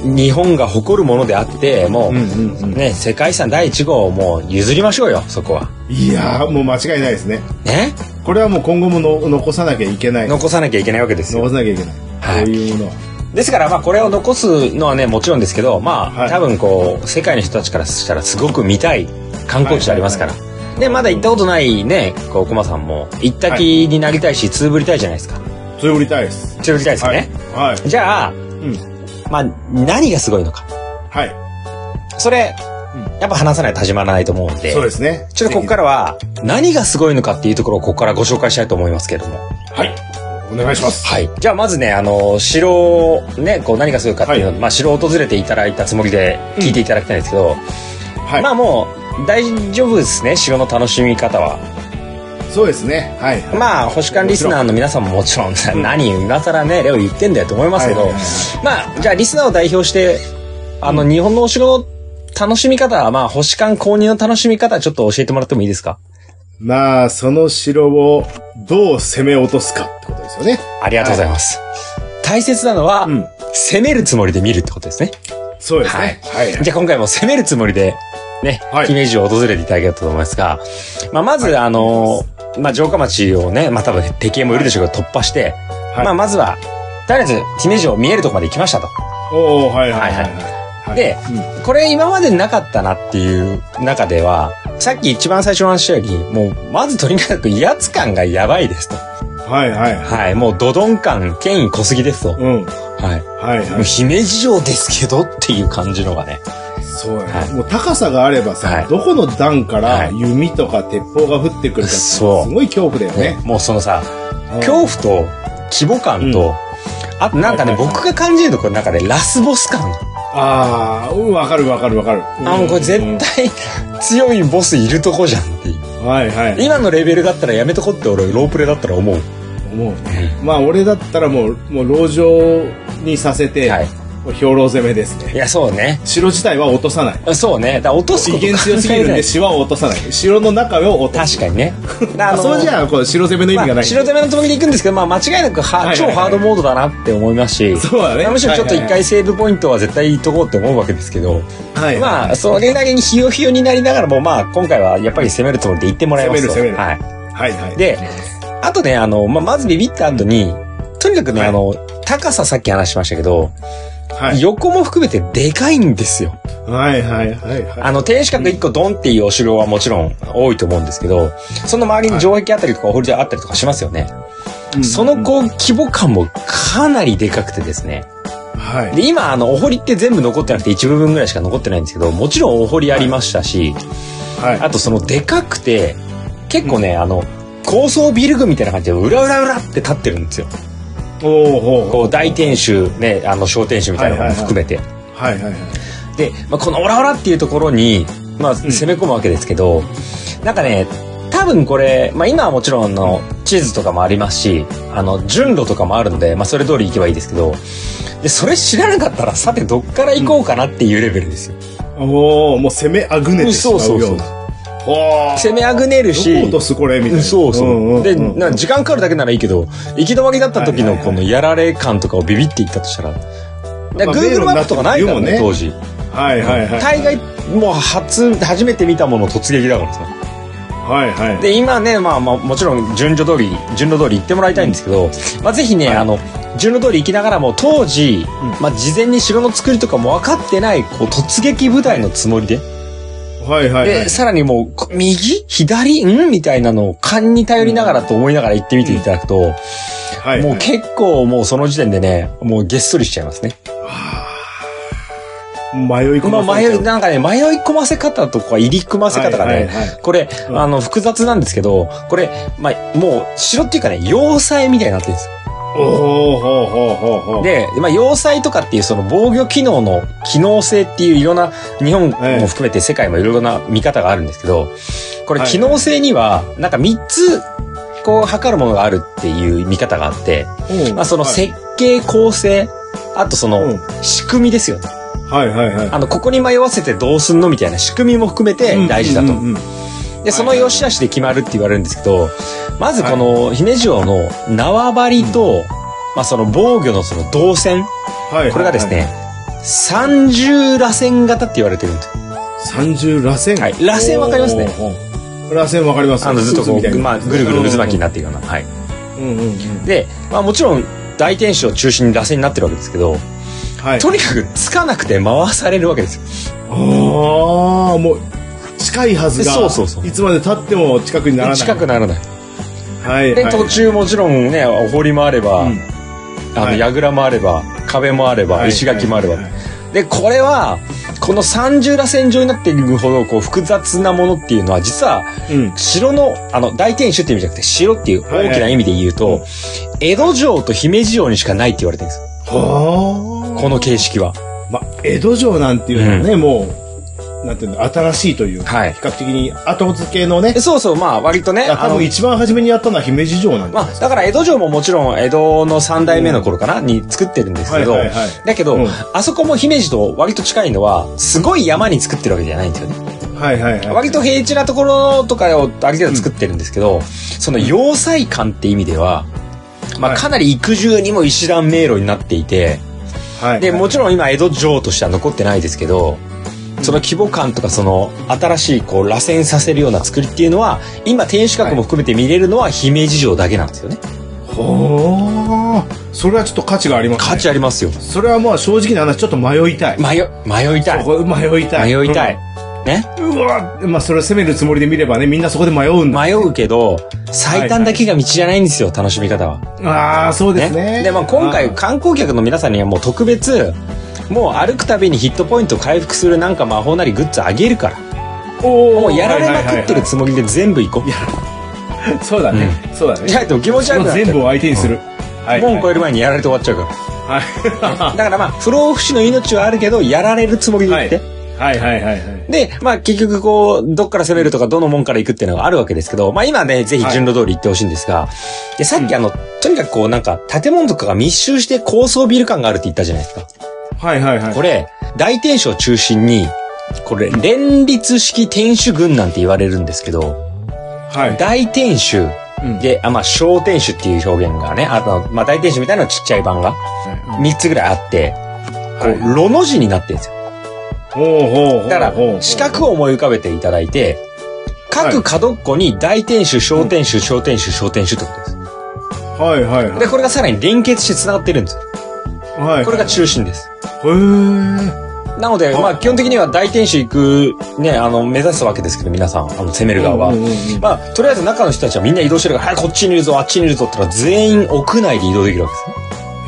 Speaker 2: 日本が誇るものであっても
Speaker 1: う
Speaker 2: う、
Speaker 1: んうんうん
Speaker 2: ね世界遺産第1号をもう譲りましょうよそこはい
Speaker 1: やー、もう間違いないですね。
Speaker 2: ね
Speaker 1: これはもう今後もの残さなきゃいけない。残
Speaker 2: 残さなきゃいけないわけですよ
Speaker 1: さなきゃいけない。
Speaker 2: はい
Speaker 1: こういうものは。
Speaker 2: ですからまあこれを残すのはねもちろんですけどまあ、
Speaker 1: はい
Speaker 2: 多分こう世界の人たちからしたらすごく見たい観光地でありますから、
Speaker 1: は
Speaker 2: でまだ行ったことないねこう駒さんも行った気になりたいし、つぶりたいじゃないですか
Speaker 1: それ売りたいです。
Speaker 2: つぶりたいですよね、
Speaker 1: はい。はい。
Speaker 2: じゃあ
Speaker 1: うん。
Speaker 2: まあ何がすごいのか
Speaker 1: はい。
Speaker 2: それ、やっぱ話さないと始まらないと思うんで
Speaker 1: そうですね。
Speaker 2: ちょっとここからは何がすごいのかっていうところをここからご紹介したいと思いますけれども。
Speaker 1: はい。お願いします。
Speaker 2: はい。じゃあまずね、あの、城をね、こう何がすごいかっていうのは、
Speaker 1: はい
Speaker 2: まあ城を訪れていただいたつもりで聞いていただきたいんですけど、
Speaker 1: はい。
Speaker 2: まあもう大丈夫ですね、城の楽しみ方は。
Speaker 1: そうですね。はい。
Speaker 2: まあ、保守官リスナーの皆さんももちろん、何今更ね、レオ言ってんだよと思いますけど、
Speaker 1: はいはいは
Speaker 2: まあ、じゃあリスナーを代表して、あの、日本のお城の楽しみ方は、まあ、保守官公認の楽しみ方、ちょっと教えてもらってもいいですか
Speaker 1: まあ、その城をどう攻め落とすかってことですよね。
Speaker 2: ありがとうございます。大切なのは、
Speaker 1: うん
Speaker 2: 攻めるつもりで見るってことですね。
Speaker 1: そうですね。はい。
Speaker 2: じゃあ今回も攻めるつもりで、ね、
Speaker 1: はい
Speaker 2: 姫路を訪れていただければと思いますが、まあ、まず、あの、まあ、城下町をね、まあ、多分敵もいるでしょうけど、突破して、
Speaker 1: はい
Speaker 2: まあ、まずは、とりあえず、姫路を見えるところまで行きましたと。
Speaker 1: おおはいはいはい
Speaker 2: はい
Speaker 1: はい。
Speaker 2: で
Speaker 1: うん
Speaker 2: これ今までなかったなっていう中では、さっき一番最初の話したより、もう、まずとにかく威圧感がやばいですと。
Speaker 1: はいはい。
Speaker 2: はい、もう、ドドン感、権威濃すぎですと。
Speaker 1: うん。
Speaker 2: はい。
Speaker 1: はい
Speaker 2: もう
Speaker 1: は
Speaker 2: 姫路城ですけどっていう感じのがね。
Speaker 1: い。そうや
Speaker 2: は
Speaker 1: ね。もう高さがあれば
Speaker 2: は
Speaker 1: さ
Speaker 2: い、
Speaker 1: どこの段か
Speaker 2: は
Speaker 1: ら
Speaker 2: い
Speaker 1: 弓とか鉄砲が降ってくるかってす
Speaker 2: そう
Speaker 1: ごい恐怖だよね。
Speaker 2: もうそのさ、
Speaker 1: うん
Speaker 2: 恐怖と規模感と、あとなんかね、
Speaker 1: はいはいはい
Speaker 2: 僕が感じるのこの中でラスボス感。
Speaker 1: ああ、うんわかるわかるわかる。
Speaker 2: あ、もうこれ絶
Speaker 1: うん
Speaker 2: 対強いボスいるとこじゃんっていう。
Speaker 1: はいはい。
Speaker 2: 今のレベルだったらやめとこって俺ロープレだったら思う。
Speaker 1: 思う。まあ俺だったらもう、もう籠城にさせて
Speaker 2: はい、
Speaker 1: もう兵糧攻めです
Speaker 2: い
Speaker 1: ね。
Speaker 2: や、そうね。
Speaker 1: 城自体は落とさない。
Speaker 2: そうね。だから落とすこ
Speaker 1: 威
Speaker 2: と
Speaker 1: 厳強すぎるんで、
Speaker 2: 考
Speaker 1: 城は落とさない。城の中を落
Speaker 2: え
Speaker 1: と
Speaker 2: ない
Speaker 1: す。
Speaker 2: 確かにね。
Speaker 1: あそれじゃあ、この城攻めの意味が
Speaker 2: ま
Speaker 1: な
Speaker 2: あ、
Speaker 1: い。
Speaker 2: 白攻めのつもりで行くんですけど、まあ、間違いなくは、
Speaker 1: いはいはい
Speaker 2: 超ハードモードだなって思いますし、
Speaker 1: そうだね
Speaker 2: まあむしろちょっと
Speaker 1: はいはいはい
Speaker 2: 一回セーブポイントは絶対いっとこうって思うわけですけど、
Speaker 1: はい
Speaker 2: まあ、それなりにひよひよになりながらも、まあ、今回はやっぱり攻めるつもりで行ってもらいますと
Speaker 1: 攻める攻め
Speaker 2: は。
Speaker 1: はいはいい。
Speaker 2: で、あとね、あの、まあ、まずビビった後に、とにかくね、
Speaker 1: はい
Speaker 2: あの、高ささっき話しましたけど、
Speaker 1: はい、
Speaker 2: 横も含めてでかいんですよ。
Speaker 1: はいはいはいはい。
Speaker 2: あの、天守閣1個ドンっていうお城はもちろん多いと思うんですけど、その周りに城壁あったりとかお堀であったりとかしますよね。
Speaker 1: うん
Speaker 2: その、こう、規模感もかなりでかくてですね。
Speaker 1: はい。
Speaker 2: で、今、あの、お堀って全部残ってなくて一部分ぐらいしか残ってないんですけど、もちろんお堀ありましたし、
Speaker 1: はい。
Speaker 2: あとそのでかくて、結構ね、あの、高層ビル群みたいな感じで、うらうらうらって立ってるんですよ。
Speaker 1: おおほう
Speaker 2: こう、大天守、ね、あの、小天守みたいなのも含めて。
Speaker 1: はいはいはい。
Speaker 2: で、まあ、このオラオラっていうところに、まあ、攻め込むわけですけど、なんかね、多分これ、まあ、今はもちろんあの地図とかもありますし、あの、順路とかもあるので、まあ、それ通り行けばいいですけど、で、それ知らなかったら、さてどっから行こうかなっていうレベルですよ。
Speaker 1: おおもう攻めあぐねてしま
Speaker 2: そううそうそ
Speaker 1: よ
Speaker 2: う
Speaker 1: うな。ほう
Speaker 2: 攻めあぐねるし、
Speaker 1: どこ落とすこれみたいな。
Speaker 2: そうそう。
Speaker 1: んんん
Speaker 2: で、なんか時間かかるだけならいいけど、行き止まりだった時
Speaker 1: はい
Speaker 2: の
Speaker 1: はい
Speaker 2: こ
Speaker 1: はい
Speaker 2: のやられ感とかをビビっていったとしたら、で
Speaker 1: まあ
Speaker 2: Google マップとかないからね、
Speaker 1: 迷
Speaker 2: 当
Speaker 1: 路
Speaker 2: 時。
Speaker 1: はいはいはい。
Speaker 2: 大概、もう初、初めて見たもの突撃だからさ。
Speaker 1: はいはい。
Speaker 2: で、今ね、まあまあ、もちろん順序通り、順路通り行ってもらいたいんですけど、まあぜひね、あの、順路通り行きながらも、当時、まあ事前に城の作りとかも分かってない、こう、突撃部隊のつもりで、
Speaker 1: はいはいはい
Speaker 2: で、。さらにもうこ、右左んみたいなのを勘に頼りながらと思いながら行ってみていただくと、
Speaker 1: はい
Speaker 2: もう結構もうその時点でね、もうげっそりしちゃいますね。
Speaker 1: 迷い込
Speaker 2: ま
Speaker 1: ま
Speaker 2: あ
Speaker 1: されち
Speaker 2: 迷
Speaker 1: ゃ
Speaker 2: い、
Speaker 1: う
Speaker 2: なんかね、迷い込ませ方とか入り組ませ方がね、
Speaker 1: はいはいはい
Speaker 2: これ、
Speaker 1: うん
Speaker 2: あの、複雑なんですけど、これ、まあ、もう、城っていうかね、要塞みたいになってるんですよ。
Speaker 1: おおほうほうほうほう。
Speaker 2: で、まあ、要塞とかっていうその防御機能の機能性っていういろんな、日本も含めて世界もいろいろな見方があるんですけど、これ
Speaker 1: はい
Speaker 2: 機能性には、なんか3つ、こう測るものがあるっていう見方があって、
Speaker 1: うん
Speaker 2: まあ、その
Speaker 1: はい
Speaker 2: 設計構成、あとその
Speaker 1: うん
Speaker 2: 仕組みですよね。
Speaker 1: はいはいはい。
Speaker 2: あの、ここに迷わせてどうすんのみたいな仕組みも含めて大事だと
Speaker 1: うん。うんうん
Speaker 2: で、その良し悪しで決まるって言われるんですけど、まずこの姫路城の縄張りと、まあその防御のその動線、
Speaker 1: はい。
Speaker 2: これがです。ね、30螺旋型って言われてるんですよ。
Speaker 1: 三十螺旋。
Speaker 2: はい螺旋わかりますね
Speaker 1: おー。おー螺旋わかります。
Speaker 2: あのずっと
Speaker 1: 渦
Speaker 2: こ、
Speaker 1: みたいうな
Speaker 2: まあぐるぐる渦巻きになっているような。はい。
Speaker 1: うんうんうん。
Speaker 2: で、まあもちろん大天守を中心に螺旋になってるわけですけど、
Speaker 1: はい。
Speaker 2: とにかくつかなくて回されるわけですよ。
Speaker 1: ああ、もう、近いはずが、
Speaker 2: そうそうそう
Speaker 1: いつまで経っても近くにならない。
Speaker 2: 近くならない。
Speaker 1: はい。
Speaker 2: で、
Speaker 1: はい
Speaker 2: 途中もちろんね、お堀もあれば、
Speaker 1: うん
Speaker 2: あの、
Speaker 1: はい
Speaker 2: 櫓もあれば、壁もあれば、
Speaker 1: はい
Speaker 2: 石垣もあれば
Speaker 1: はい。
Speaker 2: で、これは、この三重螺旋状になっているほど、こう、複雑なものっていうのは、実は、
Speaker 1: うん。
Speaker 2: 城の、あの、大天守っていう意味じゃなくて、城っていう大きな意味で言うと、
Speaker 1: はいは
Speaker 2: 江戸城と姫路城にしかないって言われてるんですよ。
Speaker 1: はあ。
Speaker 2: この形式は。
Speaker 1: まあ、江戸城なんていうのはね、もう、なんていうの、新しいというか、
Speaker 2: はい
Speaker 1: 比較的に後付けのね、
Speaker 2: そうそう、まあ、割とね、
Speaker 1: 多
Speaker 2: あの
Speaker 1: 分、一番初めにやったのは姫路城なんで
Speaker 2: ますあ、だから江戸城ももちろん、江戸の三代目の頃かな、に作ってるんですけど、
Speaker 1: はいはいはい
Speaker 2: だけど、
Speaker 1: うん
Speaker 2: あそこも姫路と割と近いのは、すごい山に作ってるわけじゃないんですよね。
Speaker 1: はいはいはい。
Speaker 2: 割と平地なところとかをある程度作ってるんですけど、その要塞感って意味では、まあ、
Speaker 1: はい
Speaker 2: かなり幾重にも石段迷路になっていて、
Speaker 1: はい。
Speaker 2: で、もちろん今江戸城としては残ってないですけど、その規模感とかその新しいこう螺旋させるような作りっていうのは、今天守閣も含めて見れるのは姫路城だけなんですよね。
Speaker 1: ほーそれはちょっと価値があります、ね。
Speaker 2: 価値ありますよ。
Speaker 1: それはもう正直な話、ちょっと迷いたい。
Speaker 2: 迷、迷いたい。
Speaker 1: ここ迷いたい。
Speaker 2: 迷いたい。ね。
Speaker 1: うん。うわまあ、それを責めるつもりで見ればね、みんなそこで迷うんだ。
Speaker 2: 迷うけど、最短だけが道じゃないんですよ、楽しみ方は。
Speaker 1: ああ、そうですね。
Speaker 2: で、まあ、今
Speaker 1: あ
Speaker 2: 回
Speaker 1: ー
Speaker 2: 観光客の皆さんにはもう特別もう歩くたびにヒットポイント回復するなんか魔法なりグッズあげるから
Speaker 1: おー
Speaker 2: もうやられまくってるつもりで全部行こう、い
Speaker 1: そうだね、そうだ
Speaker 2: や
Speaker 1: ね。
Speaker 2: でも気持ち悪くなっちゃう
Speaker 1: 全部を相手にする。はい。
Speaker 2: 門を超え
Speaker 1: る。
Speaker 2: る前にやられて終わっちゃうから、
Speaker 1: は
Speaker 2: だからまあ不老不死の命はあるけどやられるつもりで行って、
Speaker 1: い。はいはいはいはい。
Speaker 2: で、まあ結局こう、どっから攻めるとか、どの門から行くっていうのがあるわけですけど、まあ今ね、ぜひ順路通り行ってほしいんですが、で、さっきあの、とにかくこうなんか、建物とかが密集して高層ビル感があるって言ったじゃないですか。
Speaker 1: はいはいはい。
Speaker 2: これ、大天守を中心に、これ、連立式天守群なんて言われるんですけど、
Speaker 1: はい。
Speaker 2: 大天守
Speaker 1: うん
Speaker 2: で、あ、まあ、小天守っていう表現がね、あと、まあ、大天守みたいなちっちゃい版が
Speaker 1: は
Speaker 2: 3つぐらいあって、こう、
Speaker 1: い
Speaker 2: ロの字になってるんですよ。
Speaker 1: ほうほうほう。
Speaker 2: だから、四角を思い浮かべていただいて、各角っこに大天守、小天守、小天守、小天守ってことです。
Speaker 1: はいはいはい。
Speaker 2: で、これがさらに連結して繋がってるんですよ。
Speaker 1: はい。
Speaker 2: これ
Speaker 1: へ
Speaker 2: が中心です。
Speaker 1: ー
Speaker 2: なので、
Speaker 1: はい
Speaker 2: まあ、基本的には大天守行く、ね、あの、目指すわけですけど、皆さん、あの、攻める側は
Speaker 1: うんうんうんうん。
Speaker 2: まあ、とりあえず中の人たちはみんな移動してるから、はい、こっちにいるぞ、あっちにいるぞってのは全員屋内で移動できるわ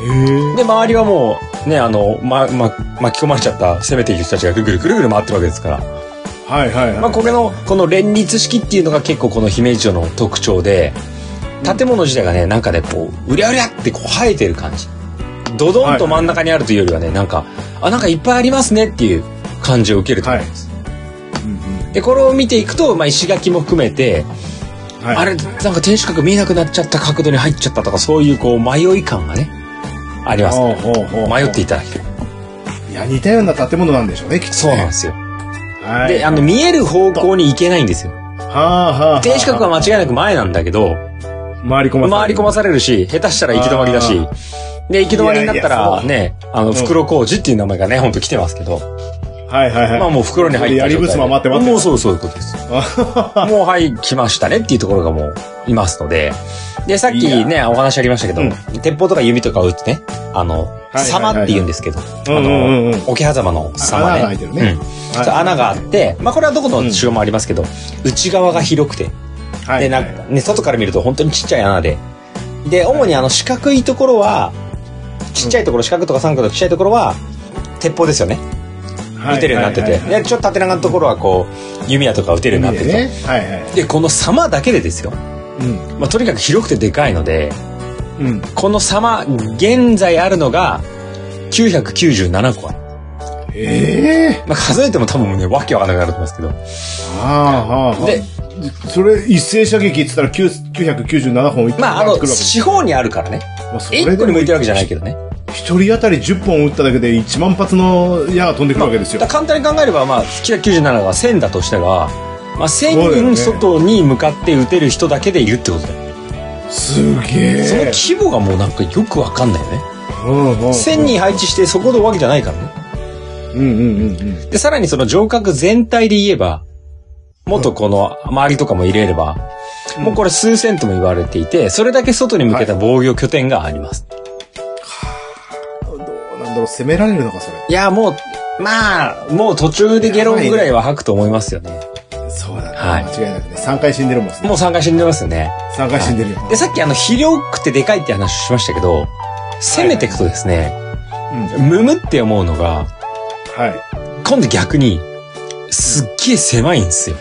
Speaker 2: けですね。
Speaker 1: へ
Speaker 2: で、周りはもう、ね、あの、ま、ま、巻き込まれちゃった、攻めている人たちがぐるぐるぐるぐる回ってるわけですから。
Speaker 1: ーはいはい
Speaker 2: まあ、
Speaker 1: は
Speaker 2: これの、この連立式っていうのが結構この姫路城の特徴で、建物自体がね、なんかね、こう、うりゃうりゃってこう生えてる感じ。ドドンと真ん中にあるというよりはね、なんか、あ、なんかいっぱいありますねっていう感じを受けると思います。
Speaker 1: い。うんうん
Speaker 2: でこれを見ていくと、まあ、石垣も含めて、
Speaker 1: はい
Speaker 2: あれなんか天守閣見えなくなっちゃった角度に入っちゃったとかそういうこう迷い感がねあります
Speaker 1: ほうほうほう。
Speaker 2: 迷っていただける
Speaker 1: いや、似たような建物なんでしょうね、きっとね。
Speaker 2: そうなんですよ、
Speaker 1: はい。
Speaker 2: であの見える方向に行けないんですよ
Speaker 1: はあはあはあ。
Speaker 2: 天守閣は間違いなく前なんだけど
Speaker 1: 回り込ま
Speaker 2: 回り込まされるし下手したら行き止まりだしで行き止まりになった
Speaker 1: いやいや
Speaker 2: ら
Speaker 1: そう
Speaker 2: ねあの
Speaker 1: ん
Speaker 2: 袋小路っていう名前がねほんと来てますけど、
Speaker 1: はいはいはい。
Speaker 2: まあもう袋に入った
Speaker 1: やりぶつま待って待って。
Speaker 2: もうそうそういうことです。 もうはい、来ましたねっていうところがもういますので。で、さっき
Speaker 1: い
Speaker 2: ね、お話ありましたけど、
Speaker 1: うん
Speaker 2: 鉄砲とか弓とかを撃つね、あの、
Speaker 1: いはい
Speaker 2: 様って言うんですけど、あ
Speaker 1: うんうんうんうん
Speaker 2: の、桶狭間の様
Speaker 1: 穴
Speaker 2: ね。
Speaker 1: が開いてるね
Speaker 2: うん
Speaker 1: はい
Speaker 2: そう穴があって、まあこれはどこの城もありますけど、内側が広くて、
Speaker 1: はい
Speaker 2: で、なんか、ね、外から見ると本当にちっちゃい穴で。で、主にあの四角いところは、ちっちゃいところ、四角とか三角とかちっちゃいところは、鉄砲ですよね。
Speaker 1: はい
Speaker 2: 打てるようになって
Speaker 1: はい
Speaker 2: て。
Speaker 1: はいはい
Speaker 2: で、ちょっと縦長のところはこう、弓矢とか打てるようになってて。
Speaker 1: ね。はいはい。
Speaker 2: で、この様だけでですよ。
Speaker 1: うん。
Speaker 2: まあ、とにかく広くてでかいので、
Speaker 1: うん。
Speaker 2: この差は現在あるのが997個ある。
Speaker 1: ええ
Speaker 2: まあ、数えても多分ね、わけわかんなくなると思います
Speaker 1: ああ、はあ、は
Speaker 2: け
Speaker 1: あ。
Speaker 2: ど。で、
Speaker 1: それ、一斉射撃って言ったら9 997本一気に
Speaker 2: まあ、あ
Speaker 1: 来るわけで
Speaker 2: の、
Speaker 1: す
Speaker 2: 四方にあるからね。
Speaker 1: まあそ
Speaker 2: 一個に向いてるわけじゃないけ
Speaker 1: ど。
Speaker 2: どね。
Speaker 1: 一人当たり10本撃っただけで1万発の矢が飛んでくるわけですよ。
Speaker 2: だから簡単に考えれば、まあ、997が1000だとしたら、まあ、
Speaker 1: そうだよ
Speaker 2: 1000
Speaker 1: ね
Speaker 2: 人外に向かって撃てる人だけでいるってことだよ。
Speaker 1: すげ
Speaker 2: その
Speaker 1: え。
Speaker 2: 規模がもうなんかよくわかんないよね。
Speaker 1: うんうんうん
Speaker 2: 1000人配置してそこで終わけじゃないからね。
Speaker 1: うんうんうんうん。
Speaker 2: で、さらにその城郭全体で言えば、もっとこの周りとかも入れれば、
Speaker 1: うん
Speaker 2: もうこれ数千とも言われていて、それだけ外に向けた防御拠点があります。
Speaker 1: どうなんだろう、攻められるのか、それ。
Speaker 2: いや、もう、まあ、もう途中でゲロぐらいは吐くと思いますよね。
Speaker 1: そうだね。
Speaker 2: はい
Speaker 1: 間違いないですね。3回死んでるもんですね。
Speaker 2: もう3回死んでますよね。
Speaker 1: 3回死んでるよ。
Speaker 2: で、さっきあの、肥料くてでかいって話しましたけど、攻めていくとですね、
Speaker 1: うん。
Speaker 2: むむって思うのが、
Speaker 1: はい。
Speaker 2: 今度逆に、すっげえ狭いんですよ。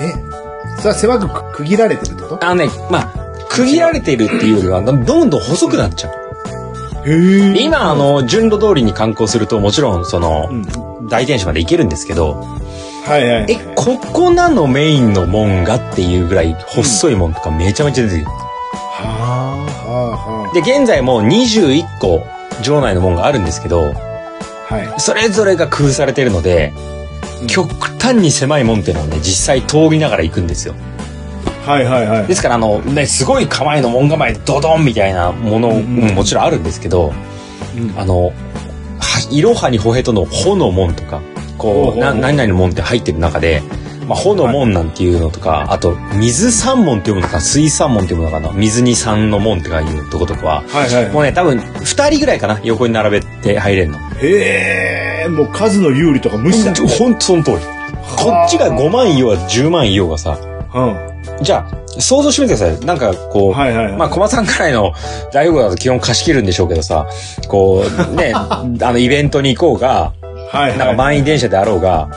Speaker 1: えそれは狭く区切られてるってこと
Speaker 2: あのね、まあ、区切られているっていうよりは、どんどん細くなっちゃう。
Speaker 1: へえ
Speaker 2: で今、あ、の、順路通りに観光すると、もちろん、その
Speaker 1: う、ん。
Speaker 2: 大天守まで行けるんですけど、
Speaker 1: はいはい。
Speaker 2: え、ここなのメインの門がっていうぐらい、細い門とかめちゃめちゃ出てくる。
Speaker 1: はあ、は
Speaker 2: で、現在もう21個、城内の門があるんですけど、
Speaker 1: あ、はあ。は
Speaker 2: それぞれが工夫されてるので、
Speaker 1: うん
Speaker 2: 極端に狭い門っていうのをね、実際通りながら行くんですよ。
Speaker 1: い。はいはいはい。
Speaker 2: ですから、あの、ね、すごい構えの門構え、ドドンみたいなものも
Speaker 1: うんうん
Speaker 2: もちろんあるんですけど、
Speaker 1: うん
Speaker 2: あの、はいろはにほへとのほの門とか、
Speaker 1: ほうほ
Speaker 2: こ
Speaker 1: う
Speaker 2: う、な何々の門って入ってる中で、まあ、ほの門なんていうのとか、あと、水三門っていうものかな、水三門っていうものかな、水に三の門っていうとことかは、
Speaker 1: はいはい
Speaker 2: もうね、多分、二人ぐらいかな、横に並べて入れるの。
Speaker 1: へえ、もう数の有利とか無視だ。
Speaker 2: ほんとその通り。こっちが5万いようが10万いようがさ、
Speaker 1: うん。
Speaker 2: じゃあ、想像してみてください。なんか、こう、
Speaker 1: はいはいはい。
Speaker 2: まあ、駒さんくらいの大富豪だと基本貸し切るんでしょうけどさ、こ う、ね、あの、イベントに行こうが、
Speaker 1: はいはい。
Speaker 2: なんか満員電車であろうが、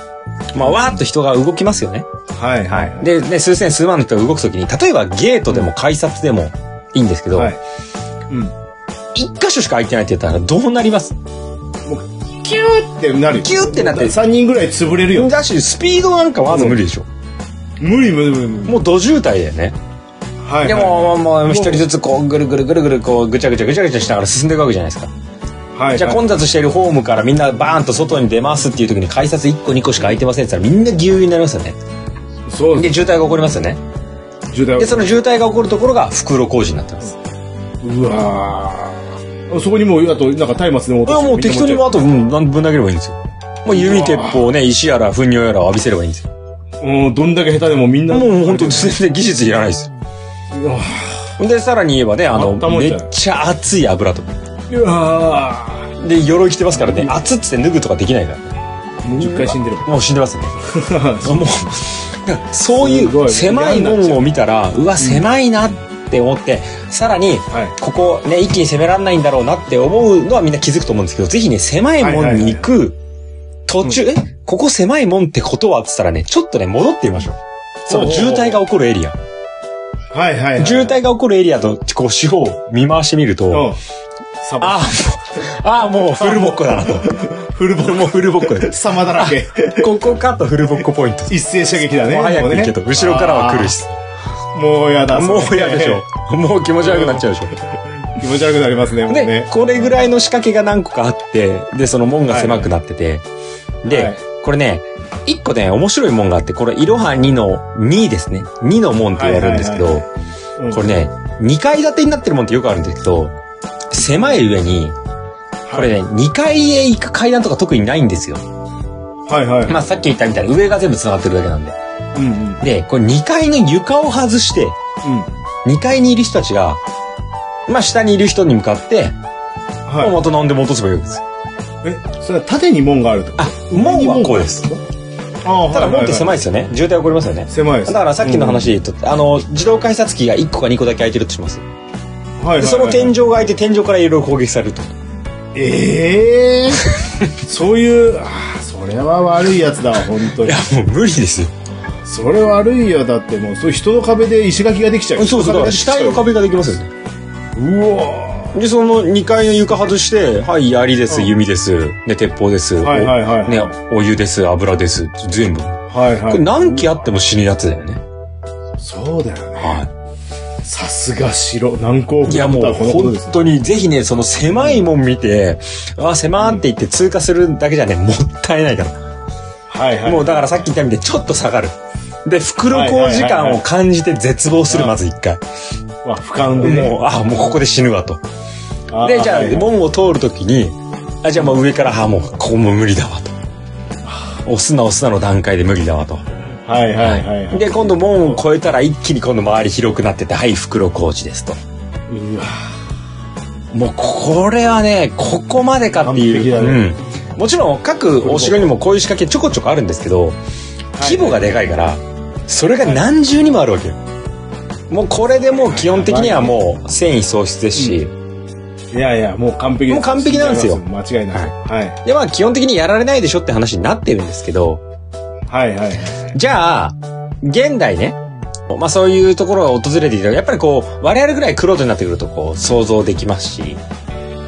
Speaker 2: まあ、わーっと人が動きますよね。
Speaker 1: はいはい。
Speaker 2: で、ね、数千数万の人が動くときに、例えばゲートでも改札でもいいんですけど、
Speaker 1: はい。うん。も
Speaker 2: 一、箇所しか空いてないって言ったらどうなります
Speaker 1: う、キューってなるよ。
Speaker 2: キューってなって
Speaker 1: 3人ぐらい潰れるよ。
Speaker 2: だし、スピードなんかわざ無理でしょ。
Speaker 1: 無理無理無理無理。
Speaker 2: もう土渋滞だよね。
Speaker 1: はいはい。
Speaker 2: でも、もうもう一人ずつこう、ぐるぐるぐるぐる、こう、ぐちゃぐちゃぐちゃぐちゃしながら進んでいくわけじゃないですか。
Speaker 1: はいはい。
Speaker 2: じゃあ混雑しているホームからみんなバーンと外に出ますっていう時に改札1個2個しか空いてませんって言ったらみんなぎゅうぎゅうになりますよね。
Speaker 1: そう、
Speaker 2: で、渋滞が起こりますよね。
Speaker 1: 重大
Speaker 2: で、その渋滞が起こるところが袋工事になってます。
Speaker 1: うわーそこにもう、あと、なんか松明でも
Speaker 2: これはもう適当に
Speaker 1: も
Speaker 2: もうあと、うん、何分投げればいいんですよ。もう弓鉄砲ね、石やら、糞尿やらを浴びせればいいんですよ。
Speaker 1: うん、どんだけ下手でもみんな。
Speaker 2: もうもう本当全然技術いらないです
Speaker 1: うわ
Speaker 2: よ。で、さらに言えばね、あ
Speaker 1: あ
Speaker 2: の
Speaker 1: った、もん
Speaker 2: め
Speaker 1: じゃない
Speaker 2: っちゃ熱い油とか。
Speaker 1: ーうわー
Speaker 2: で、鎧着てますからね、熱っつって脱ぐとかできないからね。
Speaker 1: もう10回死 んでるもん。
Speaker 2: もう死んでますね。もう、だから そうい
Speaker 1: すご
Speaker 2: う
Speaker 1: い
Speaker 2: 狭い門を見たら、うわ、狭いなって思って、さらに、
Speaker 1: は
Speaker 2: ここね、一気に攻められないんだろうなって思うのはみんな気づくと思うんですけど、ぜひね、狭い門に行く途中、え、ここ狭い門ってことはっつったらね、ちょっとね、戻ってみましょう。その渋滞が起こるエリア。
Speaker 1: い。はいはい、はい。
Speaker 2: 渋滞が起こるエリアと、こう、四方を見回してみると、
Speaker 1: うん。サバ。
Speaker 2: ああ、ああ、もうフルボッコだなと。
Speaker 1: フルボ
Speaker 2: もうフルボッコです。
Speaker 1: サマだら け。
Speaker 2: ここかとフルボッコポイント。
Speaker 1: 一斉射撃だね。
Speaker 2: もう早く行けと、
Speaker 1: もうね
Speaker 2: 後ろからは来る。し。
Speaker 1: あーもうやだ。
Speaker 2: もう嫌でしょ。。 もう気持ち悪くなっちゃうでしょ。
Speaker 1: 気持ち悪くなりますね、もう
Speaker 2: で
Speaker 1: ね、。
Speaker 2: これぐらいの仕掛けが何個かあって、で、その門が狭くなってて、で、
Speaker 1: はい
Speaker 2: これね、一個ね、面白い門があって、これ、いろは2の2ですね。2の門って言われるんですけ
Speaker 1: はい
Speaker 2: ど、
Speaker 1: うん
Speaker 2: これね、2階建てになってる門ってよくあるんですけど、狭い上に、これね、2階へ行く階段とか特にないんですよ。
Speaker 1: はいはい。
Speaker 2: まあ、さっき言ったみたいに上が全部繋がってるだけなんで。
Speaker 1: うんうん。うん。
Speaker 2: で、これ2階の床を外して、2階にいる人たちが、まあ、下にいる人に向かって、もう
Speaker 1: は
Speaker 2: また飲んで戻せばいいわけですよ。
Speaker 1: い。え、それは縦に門があると。
Speaker 2: あ、門はこうです。。
Speaker 1: ああ、
Speaker 2: ただ門って狭
Speaker 1: い。
Speaker 2: いですよね。渋滞起こりますよね。
Speaker 1: 狭いで
Speaker 2: だ
Speaker 1: す。
Speaker 2: からさっきの話で言うと、あの、自動改札機が1個か2個だけ開いてるとします。
Speaker 1: うん、はいはいはい
Speaker 2: でその天井が開いて天井からいろいろ攻撃され ると。
Speaker 1: ええー。そういう、ああ、それは悪いやつだわ、本当
Speaker 2: い
Speaker 1: に
Speaker 2: や。、もう無理ですよ。
Speaker 1: それ悪いよ、だってもう、そういう人の壁で石垣ができちゃう。
Speaker 2: そうそう。だから死体
Speaker 1: 人
Speaker 2: の
Speaker 1: の
Speaker 2: 壁ができますよね。
Speaker 1: 壁。うわ
Speaker 2: でその2階の床外して「はい槍です弓です、ね、鉄砲です、
Speaker 1: ーはいはいはい。
Speaker 2: おね、お湯です油です」全部こ
Speaker 1: はいはい。
Speaker 2: れ何機あっても死ぬやつだよね、
Speaker 1: そうだよね。
Speaker 2: は
Speaker 1: さすが城。難攻
Speaker 2: い、
Speaker 1: 不
Speaker 2: いや
Speaker 1: 落
Speaker 2: もう
Speaker 1: だこのことです
Speaker 2: 本当にぜひねその狭いもん見て「あ狭ーん」って言って通過するだけじゃねもったいないから
Speaker 1: はいはい。
Speaker 2: もうだからさっき言ったみたいにちょっと下がる。で、袋小路感を感じて絶望する、まず一回。
Speaker 1: まあ、俯瞰でね。
Speaker 2: もう、あ、もうここで死ぬわと。
Speaker 1: あー
Speaker 2: で、じゃあ
Speaker 1: はいはい、
Speaker 2: 門を通るときに、あ、じゃあもう上から、あ、もうここも無理だわと。押すな押すなの段階で無理だわと。
Speaker 1: はいはいはいはい。
Speaker 2: で、今度門を越えたら一気に今度周り広くなってて、はい、袋小路ですと。
Speaker 1: うわ
Speaker 2: もうこれはね、ここまでかってい
Speaker 1: 完
Speaker 2: う。
Speaker 1: 璧だね
Speaker 2: うん。もちろん各お城にもこういう仕掛けちょこちょこあるんですけど、規模がでかいから、それが何重にもあるわけよ。もうこれでもう基本的にはもう繊維喪失ですし、
Speaker 1: いやいや、もう完璧です
Speaker 2: もう完璧なんですよ
Speaker 1: 間違いない。はい。
Speaker 2: でまあ基本的にやられないでしょって話になってるんですけど、
Speaker 1: はいはい。
Speaker 2: じゃあ、現代ね、まあそういうところが訪れていたら、やっぱりこう、我々ぐらい黒人になってくるとこう想像できますし、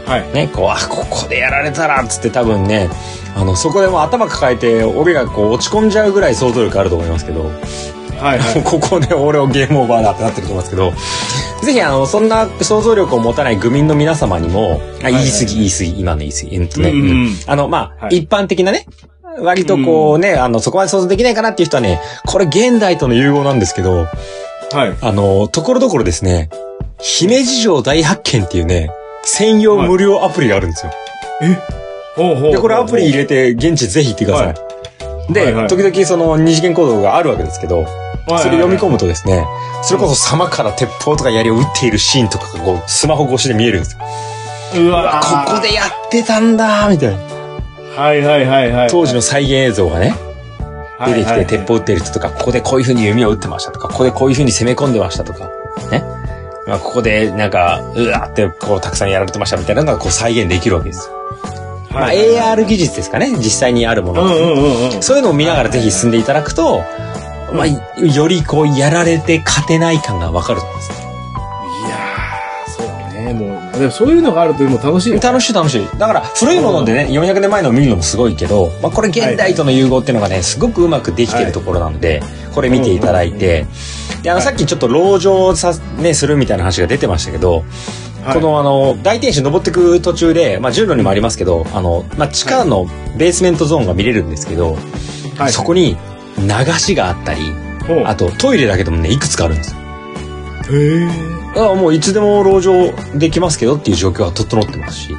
Speaker 1: はい。
Speaker 2: ね、こう、あ、ここでやられたらっつって多分ね、あの、そこでもう頭抱えて、俺がこう落ち込んじゃうぐらい想像力あると思いますけど、
Speaker 1: はいは
Speaker 2: もう
Speaker 1: い。
Speaker 2: ここで俺をゲームオーバーだってなってると思いますけど、ぜひあの、そんな想像力を持たない愚民の皆様にも、あ、
Speaker 1: いはい
Speaker 2: 言い過ぎ、言い過ぎ、今の言い過ぎ。うん とね、
Speaker 1: うんうん
Speaker 2: うんあの、まあ、
Speaker 1: はい
Speaker 2: 一般的なね、割とこうね、あの、そこまで想像できないかなっていう人はね、これ現代との融合なんですけど、
Speaker 1: はい。
Speaker 2: あの、ところどころですね、姫路城大発見っていうね、専用無料アプリがあるんですよ。
Speaker 1: ほうほうほう。
Speaker 2: で、これアプリ入れて、現地ぜひ行ってください。
Speaker 1: は
Speaker 2: で、
Speaker 1: はいはい
Speaker 2: 時々その二次元コードがあるわけですけど、それ読み込むとですね、それこそ様から鉄砲とか槍を撃っているシーンとかがこう、スマホ越しで見えるんですよ。
Speaker 1: む。うわ
Speaker 2: ここでやってたんだーみたいな。
Speaker 1: はいはいはいはい。
Speaker 2: 当時の再現映像がね、出てきて鉄砲撃ってる人とか、ここでこういう風に弓を撃ってましたとか、ここでこういう風に攻め込んでましたとか、ね。まあ、ここでなんか、うわーってこう、たくさんやられてましたみたいなのがこう再現できるわけですよ。まあ、
Speaker 1: はいはいはい
Speaker 2: AR 技術ですかね、実際にあるも
Speaker 1: う
Speaker 2: の。
Speaker 1: んうんうんうん。
Speaker 2: そういうのを見ながらぜひ進んでいただくと、まあ、よりこう、やられて勝てない感がわかると思うんですね。
Speaker 1: いやー、そうだね。もう、でもそういうのがあるとでも楽しいよね。
Speaker 2: 楽しい楽しい。だから古いものでね、400年前のを見るのもすごいけど、まあ、これ現代との融合っていうのがね、すごくうまくできてるところなので、これ見ていただいて、で、あの、
Speaker 1: はい
Speaker 2: さっきちょっと籠城さ、ね、するみたいな話が出てましたけど、
Speaker 1: はい
Speaker 2: このあの、大天守登ってく途中で、まあ、順路にもありますけど、あの、まあ、地下のベースメントゾーンが見れるんですけど、
Speaker 1: はい
Speaker 2: そこに流しがあったり、
Speaker 1: ほう
Speaker 2: あとトイレだけでもね、いくつかあるんですよ。
Speaker 1: へえ。
Speaker 2: だからもういつでも籠城できますけどっていう状況は整ってますし、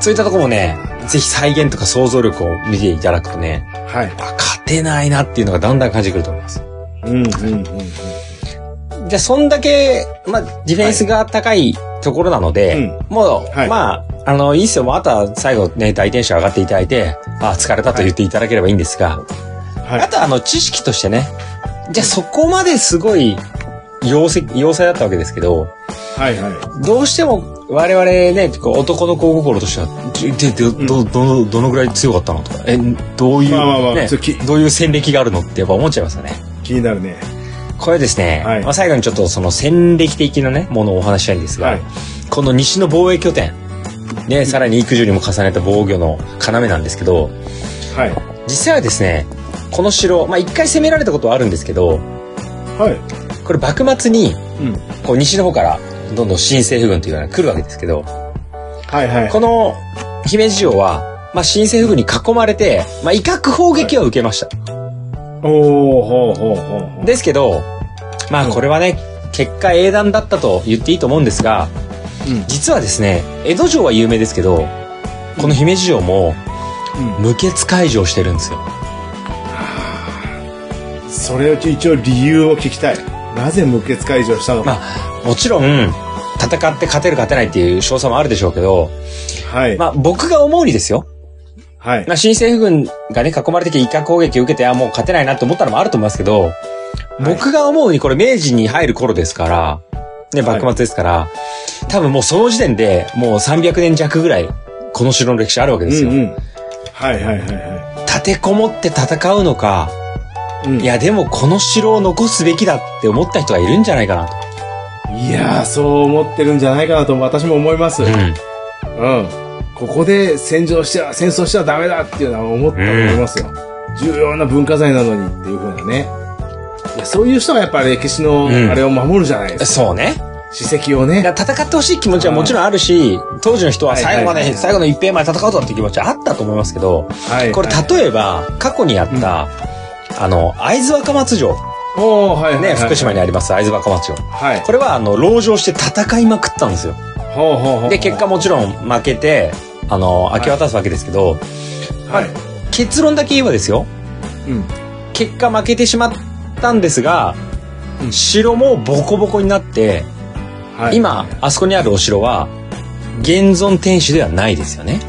Speaker 2: そういったとこもね、ぜひ再現とか想像力を見ていただくとね、
Speaker 1: はい。
Speaker 2: あ勝てないなっていうのがだんだん感じてくると思います。
Speaker 1: うんうんうんうん。
Speaker 2: じゃあ、そんだけ、まあ、ディフェンスが高いところなので、もう、
Speaker 1: はい
Speaker 2: まあ、あの、いいっすよ。もうあとは最後ね、大天使上がっていただいて、あ疲れたと言っていただければいいんですが、
Speaker 1: はい
Speaker 2: あとはあの、知識としてね、じゃあそこまですごい、要塞、要塞だったわけですけど、
Speaker 1: はいはい。
Speaker 2: どうしても我々ね、こう男の子心としては、ちょで、で、ど、ど、どのぐらい強かったのとか、え、どういう、
Speaker 1: まあまあまあ
Speaker 2: ね
Speaker 1: ちょき
Speaker 2: どういう戦歴があるのってやっぱ思っちゃいますよね。
Speaker 1: 気になるね。
Speaker 2: これですね、
Speaker 1: はい
Speaker 2: まあ最後にちょっとその戦歴的なね、ものをお話ししたいんですが、
Speaker 1: はい
Speaker 2: この西の防衛拠点、ね、さらに育樹にも重ねた防御の要なんですけど、
Speaker 1: はい。
Speaker 2: 実際はですね、この城、まあ一回攻められたことはあるんですけど、
Speaker 1: はい。
Speaker 2: これ幕末に、
Speaker 1: うん。
Speaker 2: こう西の方からどんどん新政府軍というのが来るわけですけど、
Speaker 1: はいはい。
Speaker 2: この姫路城は、まあ、新政府軍に囲まれて、まあ、威嚇砲撃を受けました。
Speaker 1: おー、ほうほうほうほう。
Speaker 2: ですけど、まあ、
Speaker 1: うん
Speaker 2: これはね、結果英断だったと言っていいと思うんですが、
Speaker 1: うん
Speaker 2: 実はですね、江戸城は有名ですけど、この姫路城も
Speaker 1: うん
Speaker 2: 無血開城してるんですよ。
Speaker 1: それを一応理由を聞きたい。なぜ無血解除したのか。
Speaker 2: まあ、もちろん、戦って勝てる勝てないっていう勝算もあるでしょうけど、
Speaker 1: はい。
Speaker 2: まあ、僕が思うにですよ。
Speaker 1: はい。
Speaker 2: まあ、新政府軍がね、囲まれてきて威嚇攻撃を受けて、あ、もう勝てないなと思ったのもあると思いますけど、僕が思うにこれ明治に入る頃ですから、ね、
Speaker 1: はい
Speaker 2: 幕末ですから、多分もうその時点でもう300年弱ぐらい、この城の歴史あるわけです
Speaker 1: う
Speaker 2: よ。
Speaker 1: んうん。はいはいはいは
Speaker 2: 立てこもって戦うのか、
Speaker 1: い。うん
Speaker 2: いやでもこの城を残すべきだって思った人がいるんじゃないかなと。
Speaker 1: いいやー、そう思ってるんじゃないかなと私も思います。う。
Speaker 2: うんん。
Speaker 1: ここで戦場しては、戦争してはダメだっていうのは思ったと思いますよ。重要な文化財なのにっていう風なね。いや、そういう人がやっぱ歴史の
Speaker 2: うん
Speaker 1: あれを守るじゃないです
Speaker 2: そうね。
Speaker 1: か。史跡を
Speaker 2: だ
Speaker 1: ね。
Speaker 2: から戦ってほしい気持ちはもちろんあるし、当時の人は最後ま
Speaker 1: はいはい
Speaker 2: で、
Speaker 1: はい
Speaker 2: 最後の一平まで戦うぞっていう気持ちはあったと思いますけど、
Speaker 1: はい。
Speaker 2: これ
Speaker 1: はい
Speaker 2: 例えば、過去にあった、あの、会津若松城、
Speaker 1: おーはいはいはい
Speaker 2: ね、福島にあります会津若松城。
Speaker 1: はい。
Speaker 2: これは、あの、籠城して戦いまくったんですよ。
Speaker 1: ほうほうほうほう
Speaker 2: で、結果、もちろん負けて、あの、明け渡すわけですけど、
Speaker 1: はい。
Speaker 2: 結論だけ言えばですよ、
Speaker 1: うん。
Speaker 2: 結果負けてしまったんですが
Speaker 1: う、ん
Speaker 2: 城もボコボコになって、
Speaker 1: はい。
Speaker 2: 今、あそこにあるお城は、現存天守ではないですよね。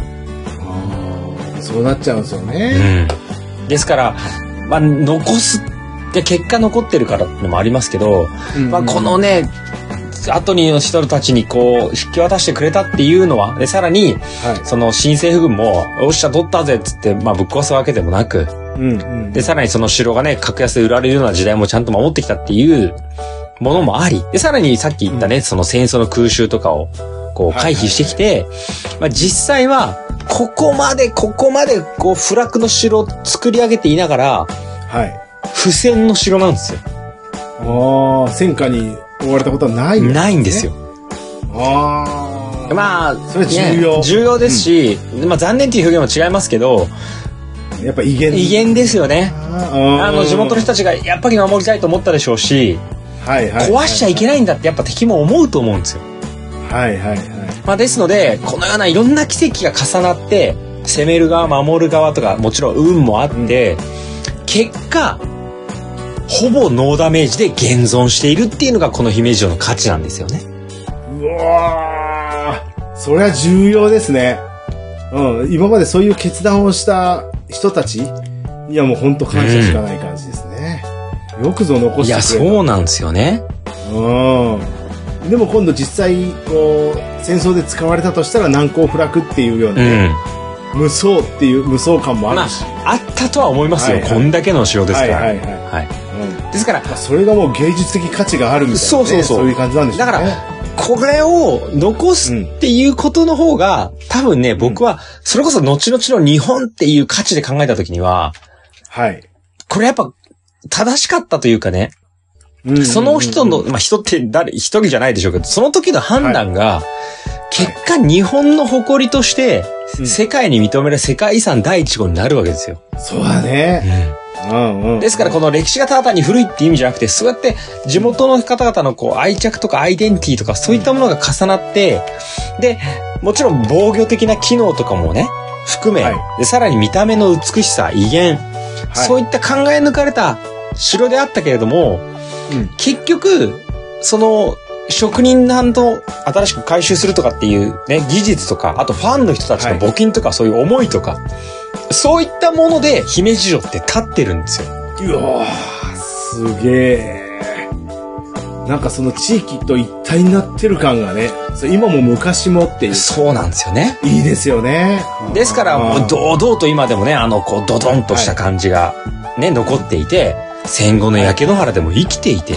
Speaker 1: あーそうなっちゃうんですよね。
Speaker 2: うん。ですから、まあ、残す、で結果残ってるからってのもありますけど、
Speaker 1: うん
Speaker 2: まあ、このね、後にの人たちにこう、引き渡してくれたっていうのは、で、さらに、
Speaker 1: は
Speaker 2: その新政府軍も、おっしゃ、取ったぜっつって、まあ、ぶっ壊すわけでもなく、
Speaker 1: い。うんうん。
Speaker 2: で、さらにその城がね、格安で売られるような時代もちゃんと守ってきたっていうものもあり、で、さらにさっき言ったね、その戦争の空襲とかを、こう、
Speaker 1: はいはい
Speaker 2: 回避してきて、まあ、実際は、ここまで、ここまで、こう、不落の城を作り上げていながら、
Speaker 1: はい。
Speaker 2: 不戦の城なんですよ。
Speaker 1: ああ、戦火に追われたことはない、
Speaker 2: ないんですよ。。
Speaker 1: ああ。
Speaker 2: まあ、
Speaker 1: それ重要
Speaker 2: ね重要ですし、まあ残念っていう表現も違いますけど、
Speaker 1: やっぱ威厳。
Speaker 2: 威厳ですよね。
Speaker 1: あ
Speaker 2: あの、地元の
Speaker 1: た
Speaker 2: 人たちがやっぱり守りたいと思ったでしょうし、
Speaker 1: はいはい。
Speaker 2: 壊しちゃいけないんだってやっぱ敵も思うと思うんですよ。
Speaker 1: はいはいはい。
Speaker 2: まあですので、このようないろんな奇跡が重なって、攻める側、守る側とか、もちろん運もあって、結果、ほぼノーダメージで現存しているっていうのがこの姫路城の価値なんですよね。
Speaker 1: うわーそれは重要ですね。うん。今までそういう決断をした人たちにはもう本当感謝しかない感じですね。よくぞ残
Speaker 2: い
Speaker 1: してくれた
Speaker 2: や、そうなんですよね。
Speaker 1: うん。でも今度実際、こう、戦争で使われたとしたら難攻不落っていうような
Speaker 2: う
Speaker 1: ね、
Speaker 2: ん。
Speaker 1: 無双っていう無双感もあ
Speaker 2: まあ
Speaker 1: るし。、
Speaker 2: あったとは思いますよ。
Speaker 1: はいはい
Speaker 2: こんだけの城ですから。
Speaker 1: は
Speaker 2: はいい
Speaker 1: はいはうん
Speaker 2: ですから、
Speaker 1: まあそれがもう芸術的価値があるみたいな、ね。
Speaker 2: そうそうそう
Speaker 1: そういう感じなんでしょう
Speaker 2: だ
Speaker 1: ね。
Speaker 2: から、これを残すっていうことの方が、多分ね、僕は、それこそ後々の日本っていう価値で考えた時には、
Speaker 1: はい。
Speaker 2: これやっぱ、正しかったというかね、
Speaker 1: うん
Speaker 2: その人の、、まあ、人って誰、一人じゃないでしょうけど、その時の判断が、結果日本の誇りとして、
Speaker 1: うん
Speaker 2: 世界に認める世界遺産第一号になるわけですよ。
Speaker 1: そうだね。うんうん。
Speaker 2: ですからこの歴史がただ単に古いっていう意味じゃなくて、そうやって地元の方々のこう愛着とかアイデンティティとかそういったものが重なって、で、もちろん防御的な機能とかもね、含め、
Speaker 1: はい
Speaker 2: でさらに見た目の美しさ、威厳、
Speaker 1: はい、
Speaker 2: そういった考え抜かれた城であったけれども、
Speaker 1: うん
Speaker 2: 結局、その、職人さんと新しく回収するとかっていうね、技術とか、あとファンの人たちの
Speaker 1: はい
Speaker 2: 募金とか、そういう思いとか、そういったもので、姫路城って立ってるんですよ。
Speaker 1: うわーすげえ。なんかその地域と一体になってる感がね、そう今も昔もっていう。
Speaker 2: そうなんですよね。
Speaker 1: いいですよね。
Speaker 2: ですから、
Speaker 1: うん
Speaker 2: もう堂々と今でもね、あの、こう、ドドンとした感じが、ね、残っていて、戦後の焼け野原でも生きていて、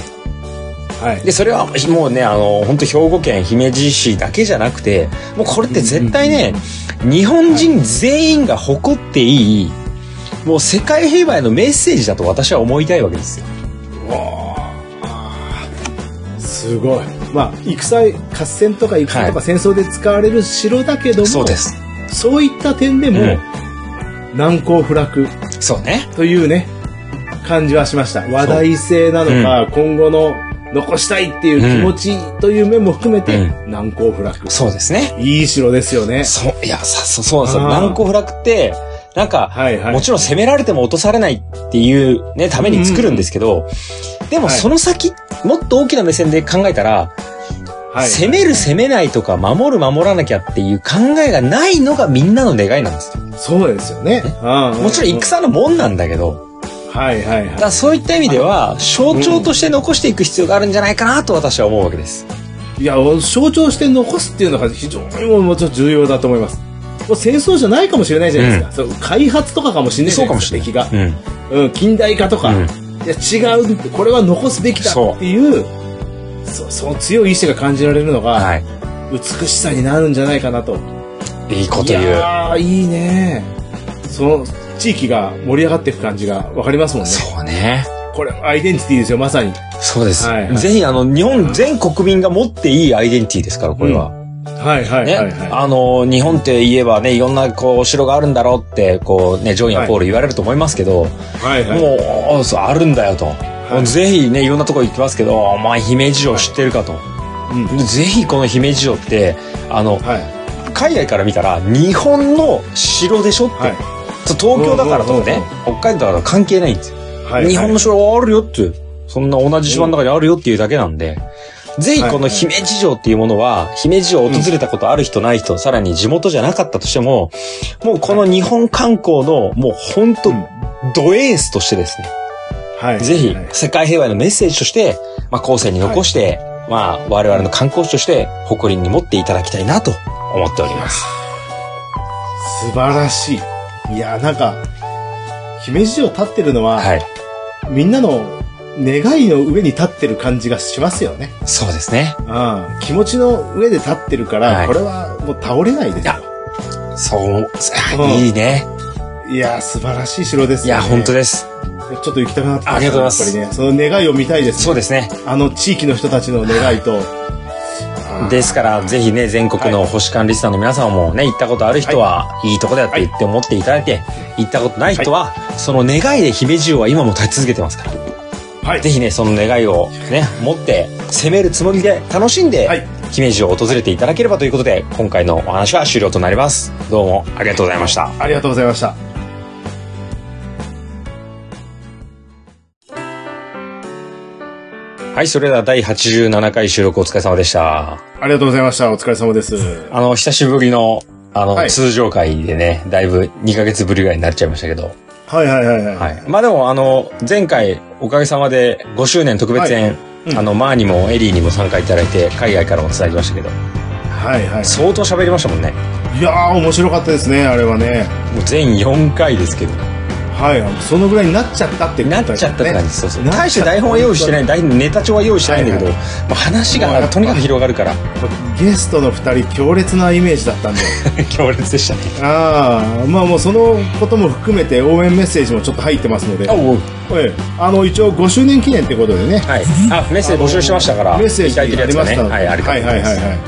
Speaker 1: はい。
Speaker 2: でそれはもうねあの本当兵庫県姫路市だけじゃなくてもうこれって絶対ね、日本人全員が誇っていいもう世界平和へのメッセージだと私は思いたいわけですよ。
Speaker 1: うわーすごい。まあ、戦、合戦とか戦と
Speaker 2: は
Speaker 1: か戦争で使われる城だけども、
Speaker 2: そうです。
Speaker 1: そういった点でも、
Speaker 2: うん
Speaker 1: 難攻不落
Speaker 2: そうね。
Speaker 1: というね、感じはしました。話題性なのか、今後の残したいっていう気持ちという面も含めて、
Speaker 2: う
Speaker 1: 難攻不落。
Speaker 2: そうですね。
Speaker 1: いい城ですよね。
Speaker 2: そういやさそうそうそう
Speaker 1: あー
Speaker 2: 難攻不落ってなんか、
Speaker 1: はいはい。
Speaker 2: もちろん攻められても落とされないっていうねために作るんですけど、でも
Speaker 1: はい
Speaker 2: その先、もっと大きな目線で考えたら
Speaker 1: はい
Speaker 2: 攻める攻めないとか守る守らなきゃっていう考えがないのがみんなの願いなんですよ。
Speaker 1: そうですよね。うん
Speaker 2: もちろん戦のもんなんだけど、
Speaker 1: はいはい
Speaker 2: だか
Speaker 1: は
Speaker 2: らそういった意味では象徴として残していく必要があるんじゃないかなと私は思うわけです。
Speaker 1: い。いや、象徴して残すっていうのが非常にももちろん重要だと思います。もう戦争じゃないかもしれないじゃないですか。そう開発とかかもしれないじ
Speaker 2: そ
Speaker 1: ゃ
Speaker 2: うか
Speaker 1: ない
Speaker 2: も
Speaker 1: です
Speaker 2: しれない。
Speaker 1: 敵が。
Speaker 2: うん。
Speaker 1: うん、近代化とか、
Speaker 2: うん
Speaker 1: いや違うこれは残すべきだっていうそその強い意志が感じられるのが、
Speaker 2: はい。
Speaker 1: 美しさになるんじゃないかなと。
Speaker 2: いいこと
Speaker 1: い
Speaker 2: 言う。
Speaker 1: やーいいねその地域が盛り上がっていく感じがわかりますもんね。
Speaker 2: そうね。
Speaker 1: これ、アイデンティティですよ、まさに。
Speaker 2: そうです。
Speaker 1: はいはい
Speaker 2: ぜひ、あの、日本全国民が持っていいアイデンティティですから、これは。
Speaker 1: はいはい
Speaker 2: ね、
Speaker 1: はいは
Speaker 2: あの、日本って言えばね、いろんな、こう、お城があるんだろうって、こう、ね、ジョンやポール言われると思いますけど、
Speaker 1: い。はいはい。
Speaker 2: もう、そうあるんだよと。もうぜひね、いろんなとこ行きますけど、お前、姫路城知ってるかと。
Speaker 1: うん
Speaker 2: ぜひ、この姫路城って、あの、
Speaker 1: はい。
Speaker 2: 海外から見たら、日本の城でしょって。
Speaker 1: はい。
Speaker 2: そう東京だからとかね、北海道だから関係ないんですよ。
Speaker 1: はい。
Speaker 2: 日本の城あるよっていう、そんな同じ島の中にあるよっていうだけなんで、ぜひこの姫路城っていうものは、姫路城を訪れたことある人ない人、さらに地元じゃなかったとしても、もうこの日本観光の、もうほんと
Speaker 1: うん、
Speaker 2: ドエースとしてですね、
Speaker 1: はい。
Speaker 2: ぜひ
Speaker 1: はい
Speaker 2: 世界平和へのメッセージとして、まあ後世に残して、まあ我々の観光地として誇りに持っていただきたいなと思っております。
Speaker 1: 素晴らしい。いや、なんか、姫路城立ってるのは、
Speaker 2: はい。
Speaker 1: みんなの願いの上に立ってる感じがしますよね。
Speaker 2: そうですね。
Speaker 1: うん。気持ちの上で立ってるから、
Speaker 2: はい
Speaker 1: これはもう倒れないですよ。
Speaker 2: そう、あ
Speaker 1: うん
Speaker 2: いいね。
Speaker 1: いや、素晴らしい城です
Speaker 2: い
Speaker 1: よ、
Speaker 2: や、
Speaker 1: ね。
Speaker 2: 本当です。
Speaker 1: ちょっと行きたくなってきた
Speaker 2: ありがとうございます
Speaker 1: やっぱりね、その願いを見たいです、
Speaker 2: そうですね。
Speaker 1: あの地域の人たちの願いと。
Speaker 2: ですから、ぜひね、全国の保守管理士さんの皆さんもね、行ったことある人は、いいとこだよって言って思っていただいて、行ったことない人は、その願いで姫路城は今も立ち続けてますから、
Speaker 1: はい
Speaker 2: ぜ。ひね、その願いをね、持って、攻めるつもりで、楽しんで、
Speaker 1: はい
Speaker 2: 姫路城を訪れていただければということで、今回のお話は終了となります。どうもありがとうございました。
Speaker 1: ありがとうございました。
Speaker 2: はい、それでは第87回収録お疲れ様でした。
Speaker 1: ありがとうございました。お疲れ様です。
Speaker 2: あの、久しぶりの、あの、
Speaker 1: はい
Speaker 2: 通常回でね、だいぶ2ヶ月ぶりぐらいになっちゃいましたけど、
Speaker 1: はいはいはいはい。
Speaker 2: はい。まあでも、あの、前回、おかげさまで5周年特別演、
Speaker 1: うん
Speaker 2: あの、マーにもエリーにも参加いただいて、海外からも伝えてましたけど、
Speaker 1: はいはい。
Speaker 2: 相当喋りましたもんね。
Speaker 1: いやー、面白かったですね、あれはね。
Speaker 2: もう全4回ですけど。
Speaker 1: はい。そのぐらいになっちゃったって
Speaker 2: なっちゃったって感じ。そうそう。
Speaker 1: なっちゃった
Speaker 2: 大して台本は用意してない、台ネタ帳は用意してないんだけど、
Speaker 1: はい
Speaker 2: もう話
Speaker 1: もうや
Speaker 2: が
Speaker 1: っぱ
Speaker 2: とにかく広がるから、
Speaker 1: ゲストの2人、強烈なイメージだったんで。
Speaker 2: 強烈でしたね。
Speaker 1: ああ、まあもうそのことも含めて応援メッセージもちょっと入ってますので。
Speaker 2: おうおう
Speaker 1: ええあの、一応5周年記念ってことでね。
Speaker 2: はい。あ、メッセージ募集しましたから、
Speaker 1: メッセー
Speaker 2: い
Speaker 1: ジ
Speaker 2: ただいてる
Speaker 1: あ
Speaker 2: や
Speaker 1: り
Speaker 2: つ
Speaker 1: まし
Speaker 2: がね。
Speaker 1: たので。
Speaker 2: はい、ありがとうございます。
Speaker 1: ははいはい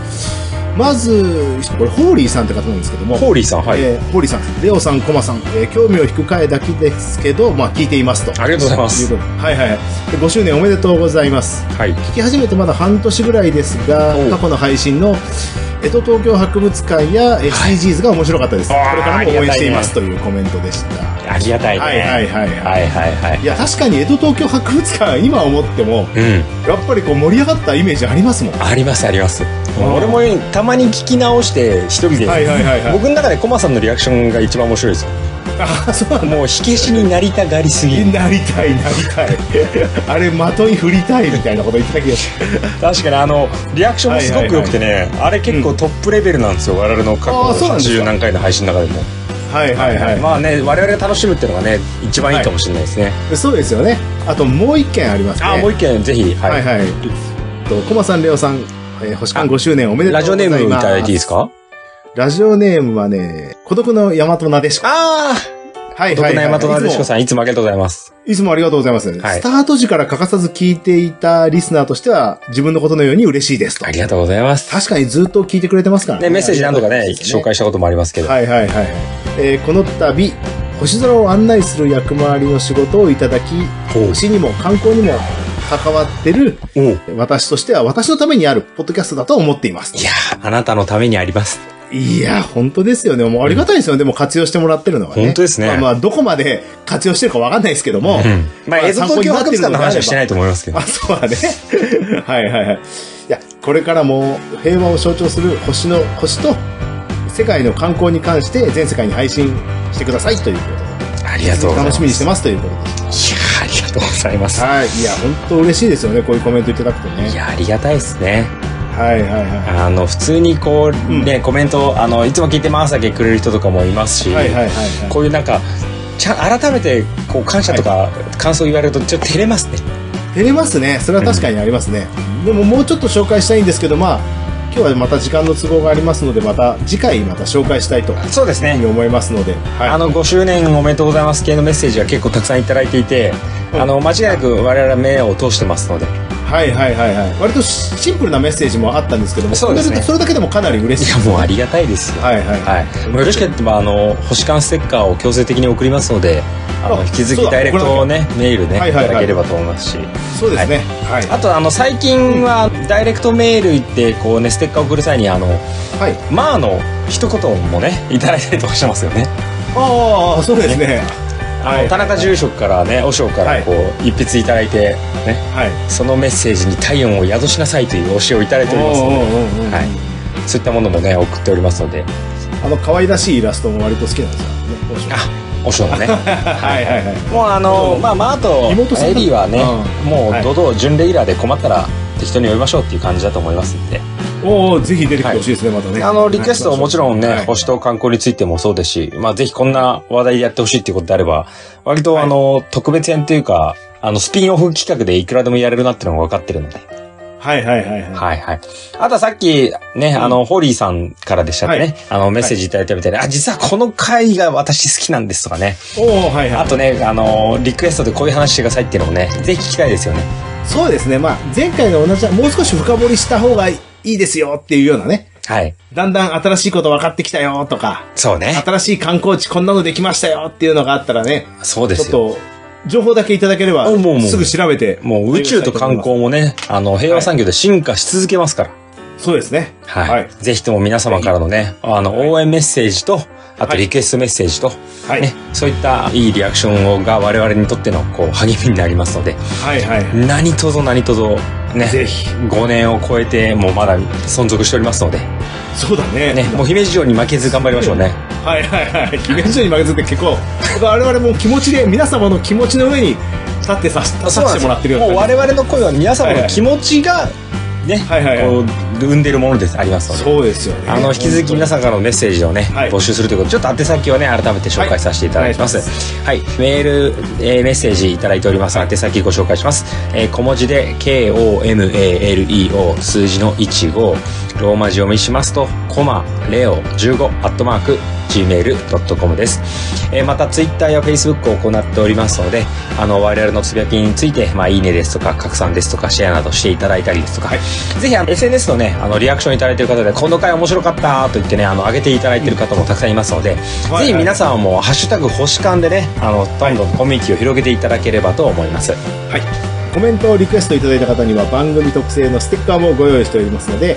Speaker 1: まず、これ、ホーリーさんって方なんですけども。
Speaker 2: ホーリーさん、はい。
Speaker 1: えーホーリーさん、レオさん、コマさん、えー興味を引く回だけですけど、まあ、聞いていますと。
Speaker 2: ありがとうございま
Speaker 1: いう
Speaker 2: す。
Speaker 1: ことではいはいはいで。5周年おめでとうございます。
Speaker 2: はい。
Speaker 1: 聞き始めてまだ半年ぐらいですが
Speaker 2: おう、
Speaker 1: 過去の配信の、江戸東京博物館や SDGs が面白かったです。
Speaker 2: あー
Speaker 1: これからも応援しています
Speaker 2: あ
Speaker 1: というコメントでした。
Speaker 2: ありがたいね。
Speaker 1: はいはいはいは
Speaker 2: はいはいはい
Speaker 1: いや、確かに江戸東京博物館、今思っても、
Speaker 2: うん。
Speaker 1: やっぱりこう盛り上がったイメージありますもん。
Speaker 2: ありますあります
Speaker 1: ん
Speaker 2: 俺もたまに聞き直して一人で、
Speaker 1: はいはいはいはい
Speaker 2: 僕の中でコマさんのリアクションが一番面白いですよ
Speaker 1: ああ、そうなんだ
Speaker 2: もう火消しになりたがりすぎる
Speaker 1: なりたいなりたい あれ的に振りたいみたいなこと言ってたけど
Speaker 2: 確かにあのリアクションもすごく良くてね、あれ結構トップレベルなんですよ、我々の過
Speaker 1: あーそ
Speaker 2: 去
Speaker 1: うなんですか
Speaker 2: 80何回の配信の中でも、
Speaker 1: はいはいはい、
Speaker 2: まあね我々が楽しむっていうのがね一番いいかもしれないですね、
Speaker 1: そうですよねあともう一件ありますね
Speaker 2: ああもう一件ぜひ、はい
Speaker 1: はいはいとコマさんレオさん、えー、星間5周年おめでとう
Speaker 2: ラ
Speaker 1: ご
Speaker 2: ジ
Speaker 1: ざ
Speaker 2: オ
Speaker 1: います
Speaker 2: ネームいただいていいですか
Speaker 1: ラジオネームはね孤独の大和なでしこ
Speaker 2: あ
Speaker 1: はい
Speaker 2: あ徳
Speaker 1: はい
Speaker 2: 永
Speaker 1: はい
Speaker 2: 大和なでしこ
Speaker 1: ん
Speaker 2: さんいつもありがとうございます
Speaker 1: いつもありがとうございます、
Speaker 2: はい
Speaker 1: スタート時から欠かさず聞いていたリスナーとしては自分のことのように嬉しいですと
Speaker 2: ありがとうございます、
Speaker 1: 確かにずっと聞いてくれてますからね
Speaker 2: ね、メッセージ何度かね
Speaker 1: ありがとうございます
Speaker 2: 紹介したこともありますけど、
Speaker 1: はいはいはい。えーこの度、星空を案内する役回りの仕事をいただき、
Speaker 2: おう
Speaker 1: 星にも観光にも関わってる
Speaker 2: おう
Speaker 1: 私としては私のためにあるポッドキャストだと思っています
Speaker 2: い。やーあなたのためにあります
Speaker 1: いや、本当ですよね。もうありがたいですよね。でも活用してもらってるのはね。
Speaker 2: 本当ですね
Speaker 1: まあ、まあどこまで活用してるかわかんないですけども。。
Speaker 2: まあ、映像東京博物館の話はしてないいと思いますけ ど
Speaker 1: あ、。そうだね。はいはいはい。いや、これからも平和を象徴する星の、星と世界の観光に関して全世界に配信してくださいということで。
Speaker 2: ありがとうございま
Speaker 1: 楽
Speaker 2: す。
Speaker 1: しみにしてますということです。
Speaker 2: いやー、ありがとうございます。
Speaker 1: はい。いや、本当嬉しいですよね。こういうコメントいただくと
Speaker 2: い
Speaker 1: ね。
Speaker 2: や、ありがたいですね。
Speaker 1: はいはいは
Speaker 2: あの、普通にこう、ね、コメント、あの、いつも聞いてますだけくれる人とかもいますし、
Speaker 1: い。はいはいはいはい。
Speaker 2: こういうなんか、ちゃん改めてこう感謝とか感想言われるとちょっと照れますね。
Speaker 1: 減りますね。それは確かにありますね。でももうちょっと紹介したいんですけど、まあ、今日はまた時間の都合がありますので、また次回また紹介したいという
Speaker 2: そうです
Speaker 1: ふう
Speaker 2: ね
Speaker 1: に思いますので、はい。
Speaker 2: あの5周年おめでとうございます系のメッセージが結構たくさんいただいていて、あの間違いなく我々目を通してますのでい
Speaker 1: はいはいはいはい。割とシシンプルなメッセージもあったんですけども、
Speaker 2: そうです
Speaker 1: それだ
Speaker 2: ね
Speaker 1: けそれだけでもかなり嬉しい。
Speaker 2: やもうありがたいですよ
Speaker 1: はいはい。
Speaker 2: はい、もうよろしければあの星間ステッカーを強制的に送りますのであの
Speaker 1: あ
Speaker 2: 引き続
Speaker 1: そう
Speaker 2: き
Speaker 1: だ
Speaker 2: ダイレクトをねメールね、
Speaker 1: はいはいはい
Speaker 2: いただければと思いますし
Speaker 1: そうですね。はい。
Speaker 2: あとあの最近はダイレクトメール行ってこうねステッカー送る際にあの
Speaker 1: はい。
Speaker 2: 「まあ」の一言もねいただいたりとかしてますよね。
Speaker 1: ああ、そうですね。
Speaker 2: あの
Speaker 1: はい
Speaker 2: 田中住職からね和尚か
Speaker 1: は
Speaker 2: ら
Speaker 1: い
Speaker 2: こう一筆いただいて、ね、
Speaker 1: はい。
Speaker 2: そのメッセージに体温を宿しなさいという教えをいただいておりますので、
Speaker 1: おーおーおーおー
Speaker 2: はい、そういったものもね送っておりますので
Speaker 1: あの可愛らしいイラストも割と好きなんですよね。
Speaker 2: あ和尚の ね。
Speaker 1: はいはいはい。
Speaker 2: もうあのまあまああと
Speaker 1: 妹さんだ
Speaker 2: エリーはね、
Speaker 1: う
Speaker 2: も
Speaker 1: はいう
Speaker 2: 堂々準レギュラーで困ったら適当に呼びましょうっていう感じだと思いますんで、
Speaker 1: おお、ぜひ出てきてほしいですね、またね。
Speaker 2: あのリクエストももちろんね、
Speaker 1: はい
Speaker 2: 星と観光についてもそうですし、まあぜひこんな話題でやってほしいっていうことであれば、割とあの、特別編というか、あのスピンオフ企画でいくらでもやれるなっていうのが分かってるので、
Speaker 1: はいはいはいはい。
Speaker 2: はいはい。あとはさっきね、あの、ホーリーさんからでしたっけね、
Speaker 1: はい
Speaker 2: あのメッセージいただいたみたいで、あ、実はこの回が私好きなんですとかね、
Speaker 1: おお、はいはい。
Speaker 2: あとね、あの、リクエストでこういう話してくださいっていうのもね、ぜひ聞きたいですよね。
Speaker 1: そうですね。まあ、前回が同じだ、もう少し深掘りした方がいいですよっていうようなね。
Speaker 2: はい。
Speaker 1: だんだん新しいこと分かってきたよとか、
Speaker 2: そうね。
Speaker 1: 新しい観光地こんなのできましたよっていうのがあったらね、
Speaker 2: そうで
Speaker 1: ちょっ
Speaker 2: すよ。
Speaker 1: と、情報だけいただければ
Speaker 2: おもうもう、
Speaker 1: すぐ調べて。
Speaker 2: もう宇宙と観光もね、あの、平和産業で進化し続けますから。
Speaker 1: そうですね。
Speaker 2: はい。
Speaker 1: はい。
Speaker 2: ぜひとも皆様からのね、あの、応援メッセージと、あ
Speaker 1: は
Speaker 2: と
Speaker 1: い
Speaker 2: リクエストメッセージと、
Speaker 1: はい
Speaker 2: ね、そういったいいリアクションが我々にとっての、こう、励みになりますので、
Speaker 1: はいは
Speaker 2: 何とぞ何とぞ、ね、
Speaker 1: い。ぜひ。
Speaker 2: 5年を超えて、もうまだ存続しておりますので、
Speaker 1: そうだね。
Speaker 2: ね、もう姫路城に負けず頑張りましょうね。
Speaker 1: はいはいはい。姫路城に負けずって結構、我々も気持ちで、皆様の気持ちの上に立ってさし立たせてもらってるよ
Speaker 2: も
Speaker 1: う
Speaker 2: う
Speaker 1: な感
Speaker 2: 我々の声は皆様の気持ちが、ね、
Speaker 1: はいはいはい
Speaker 2: こう、生んでいるものです、ありますの
Speaker 1: じ。
Speaker 2: で。
Speaker 1: そうですよね。
Speaker 2: あの引き続き皆
Speaker 1: さ
Speaker 2: さんからのメッセージをね、
Speaker 1: はい
Speaker 2: 募集するということでちょっと宛先をね改めて紹介させていただきます
Speaker 1: はい
Speaker 2: はい、メール、えーメッセージいただいております宛先ご紹介します、えー小文字で KOMALEO 数字の15ローマ字読みしますとコマレオ15アットマーク gmail.com です、えーまたツイッターやフェイスブックを行っておりますのであの我々のつぶやきについて、まあ、いいねですとか拡散ですとかシェアなどしていただいたりですとか、ぜひあの SNS のねあのリアクションいただいてる方でこの回面白かったと言ってねあの上げていただいてる方もたくさんいますので、
Speaker 1: はい
Speaker 2: ぜひ皆さんも「ハッシュタグ星間」でねあのどんどんコミュニティを広げていただければと思います
Speaker 1: ん。はい。コメントをリクエストいただいた方には番組特製のステッカーもご用意しておりますので、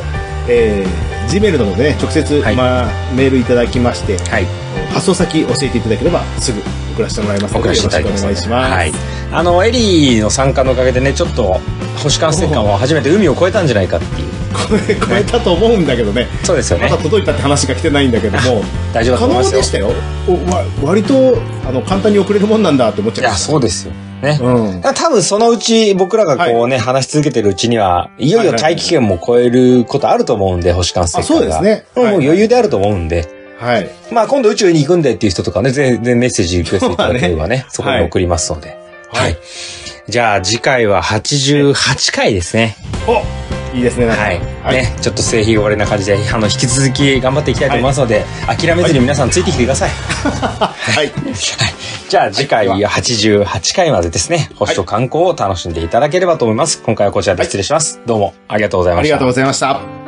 Speaker 1: えー、Gmail の方でね、直接、
Speaker 2: はい
Speaker 1: まあ、メールいただきまして、
Speaker 2: はい
Speaker 1: 発送先教えていただければすぐ送らせてもらいますの
Speaker 2: 送
Speaker 1: で、
Speaker 2: ら
Speaker 1: よ
Speaker 2: せて
Speaker 1: ろ
Speaker 2: い
Speaker 1: しく
Speaker 2: ただき
Speaker 1: お
Speaker 2: ます
Speaker 1: 願いします。
Speaker 2: はい、あのエリーの参加のおかげでねちょっと星間ステッカーも初めて海を越えたんじゃないかっていう
Speaker 1: これ、超えたと思うんだけどね。
Speaker 2: そうですよ
Speaker 1: ま
Speaker 2: ね
Speaker 1: だ届いたって話が来てないんだけど も。
Speaker 2: 大丈夫だと
Speaker 1: 可
Speaker 2: 思
Speaker 1: 能
Speaker 2: いますよ
Speaker 1: でしたよ。おわ割とあの簡単に送れるもんなんだって思っちゃ
Speaker 2: い
Speaker 1: いま
Speaker 2: や
Speaker 1: し
Speaker 2: そうですよね、
Speaker 1: た。うん。
Speaker 2: だから多分そのうち僕らがこうね、話し続けてるうちには、いよいよ大気圏も超えることあると思うんで、星間ステッカーが
Speaker 1: あそうですね
Speaker 2: もう
Speaker 1: はい
Speaker 2: もう余裕であると思うんで、
Speaker 1: はい。
Speaker 2: まあ今度宇宙に行くんでっていう人とかね、全然メッセージリクエストいただければね、そ
Speaker 1: そう
Speaker 2: こ
Speaker 1: だね
Speaker 2: に送りますので。
Speaker 1: は
Speaker 2: はいい。じゃあ次回は88回ですね。
Speaker 1: おいいですね。なんか
Speaker 2: はい。
Speaker 1: はい。
Speaker 2: ね、ちょっと性非が悪いな感じで、あの、引き続き頑張っていきたいと思いますので、諦めずに皆さんついてきてください。
Speaker 1: はい。
Speaker 2: はい。じゃあ次回
Speaker 1: はい
Speaker 2: は88回までですね、星と観光を楽しんでいただければと思います。今回はこちらで失礼します。どうもありがとうござい
Speaker 1: あ
Speaker 2: ま
Speaker 1: り
Speaker 2: し
Speaker 1: が
Speaker 2: た
Speaker 1: とう。ございました。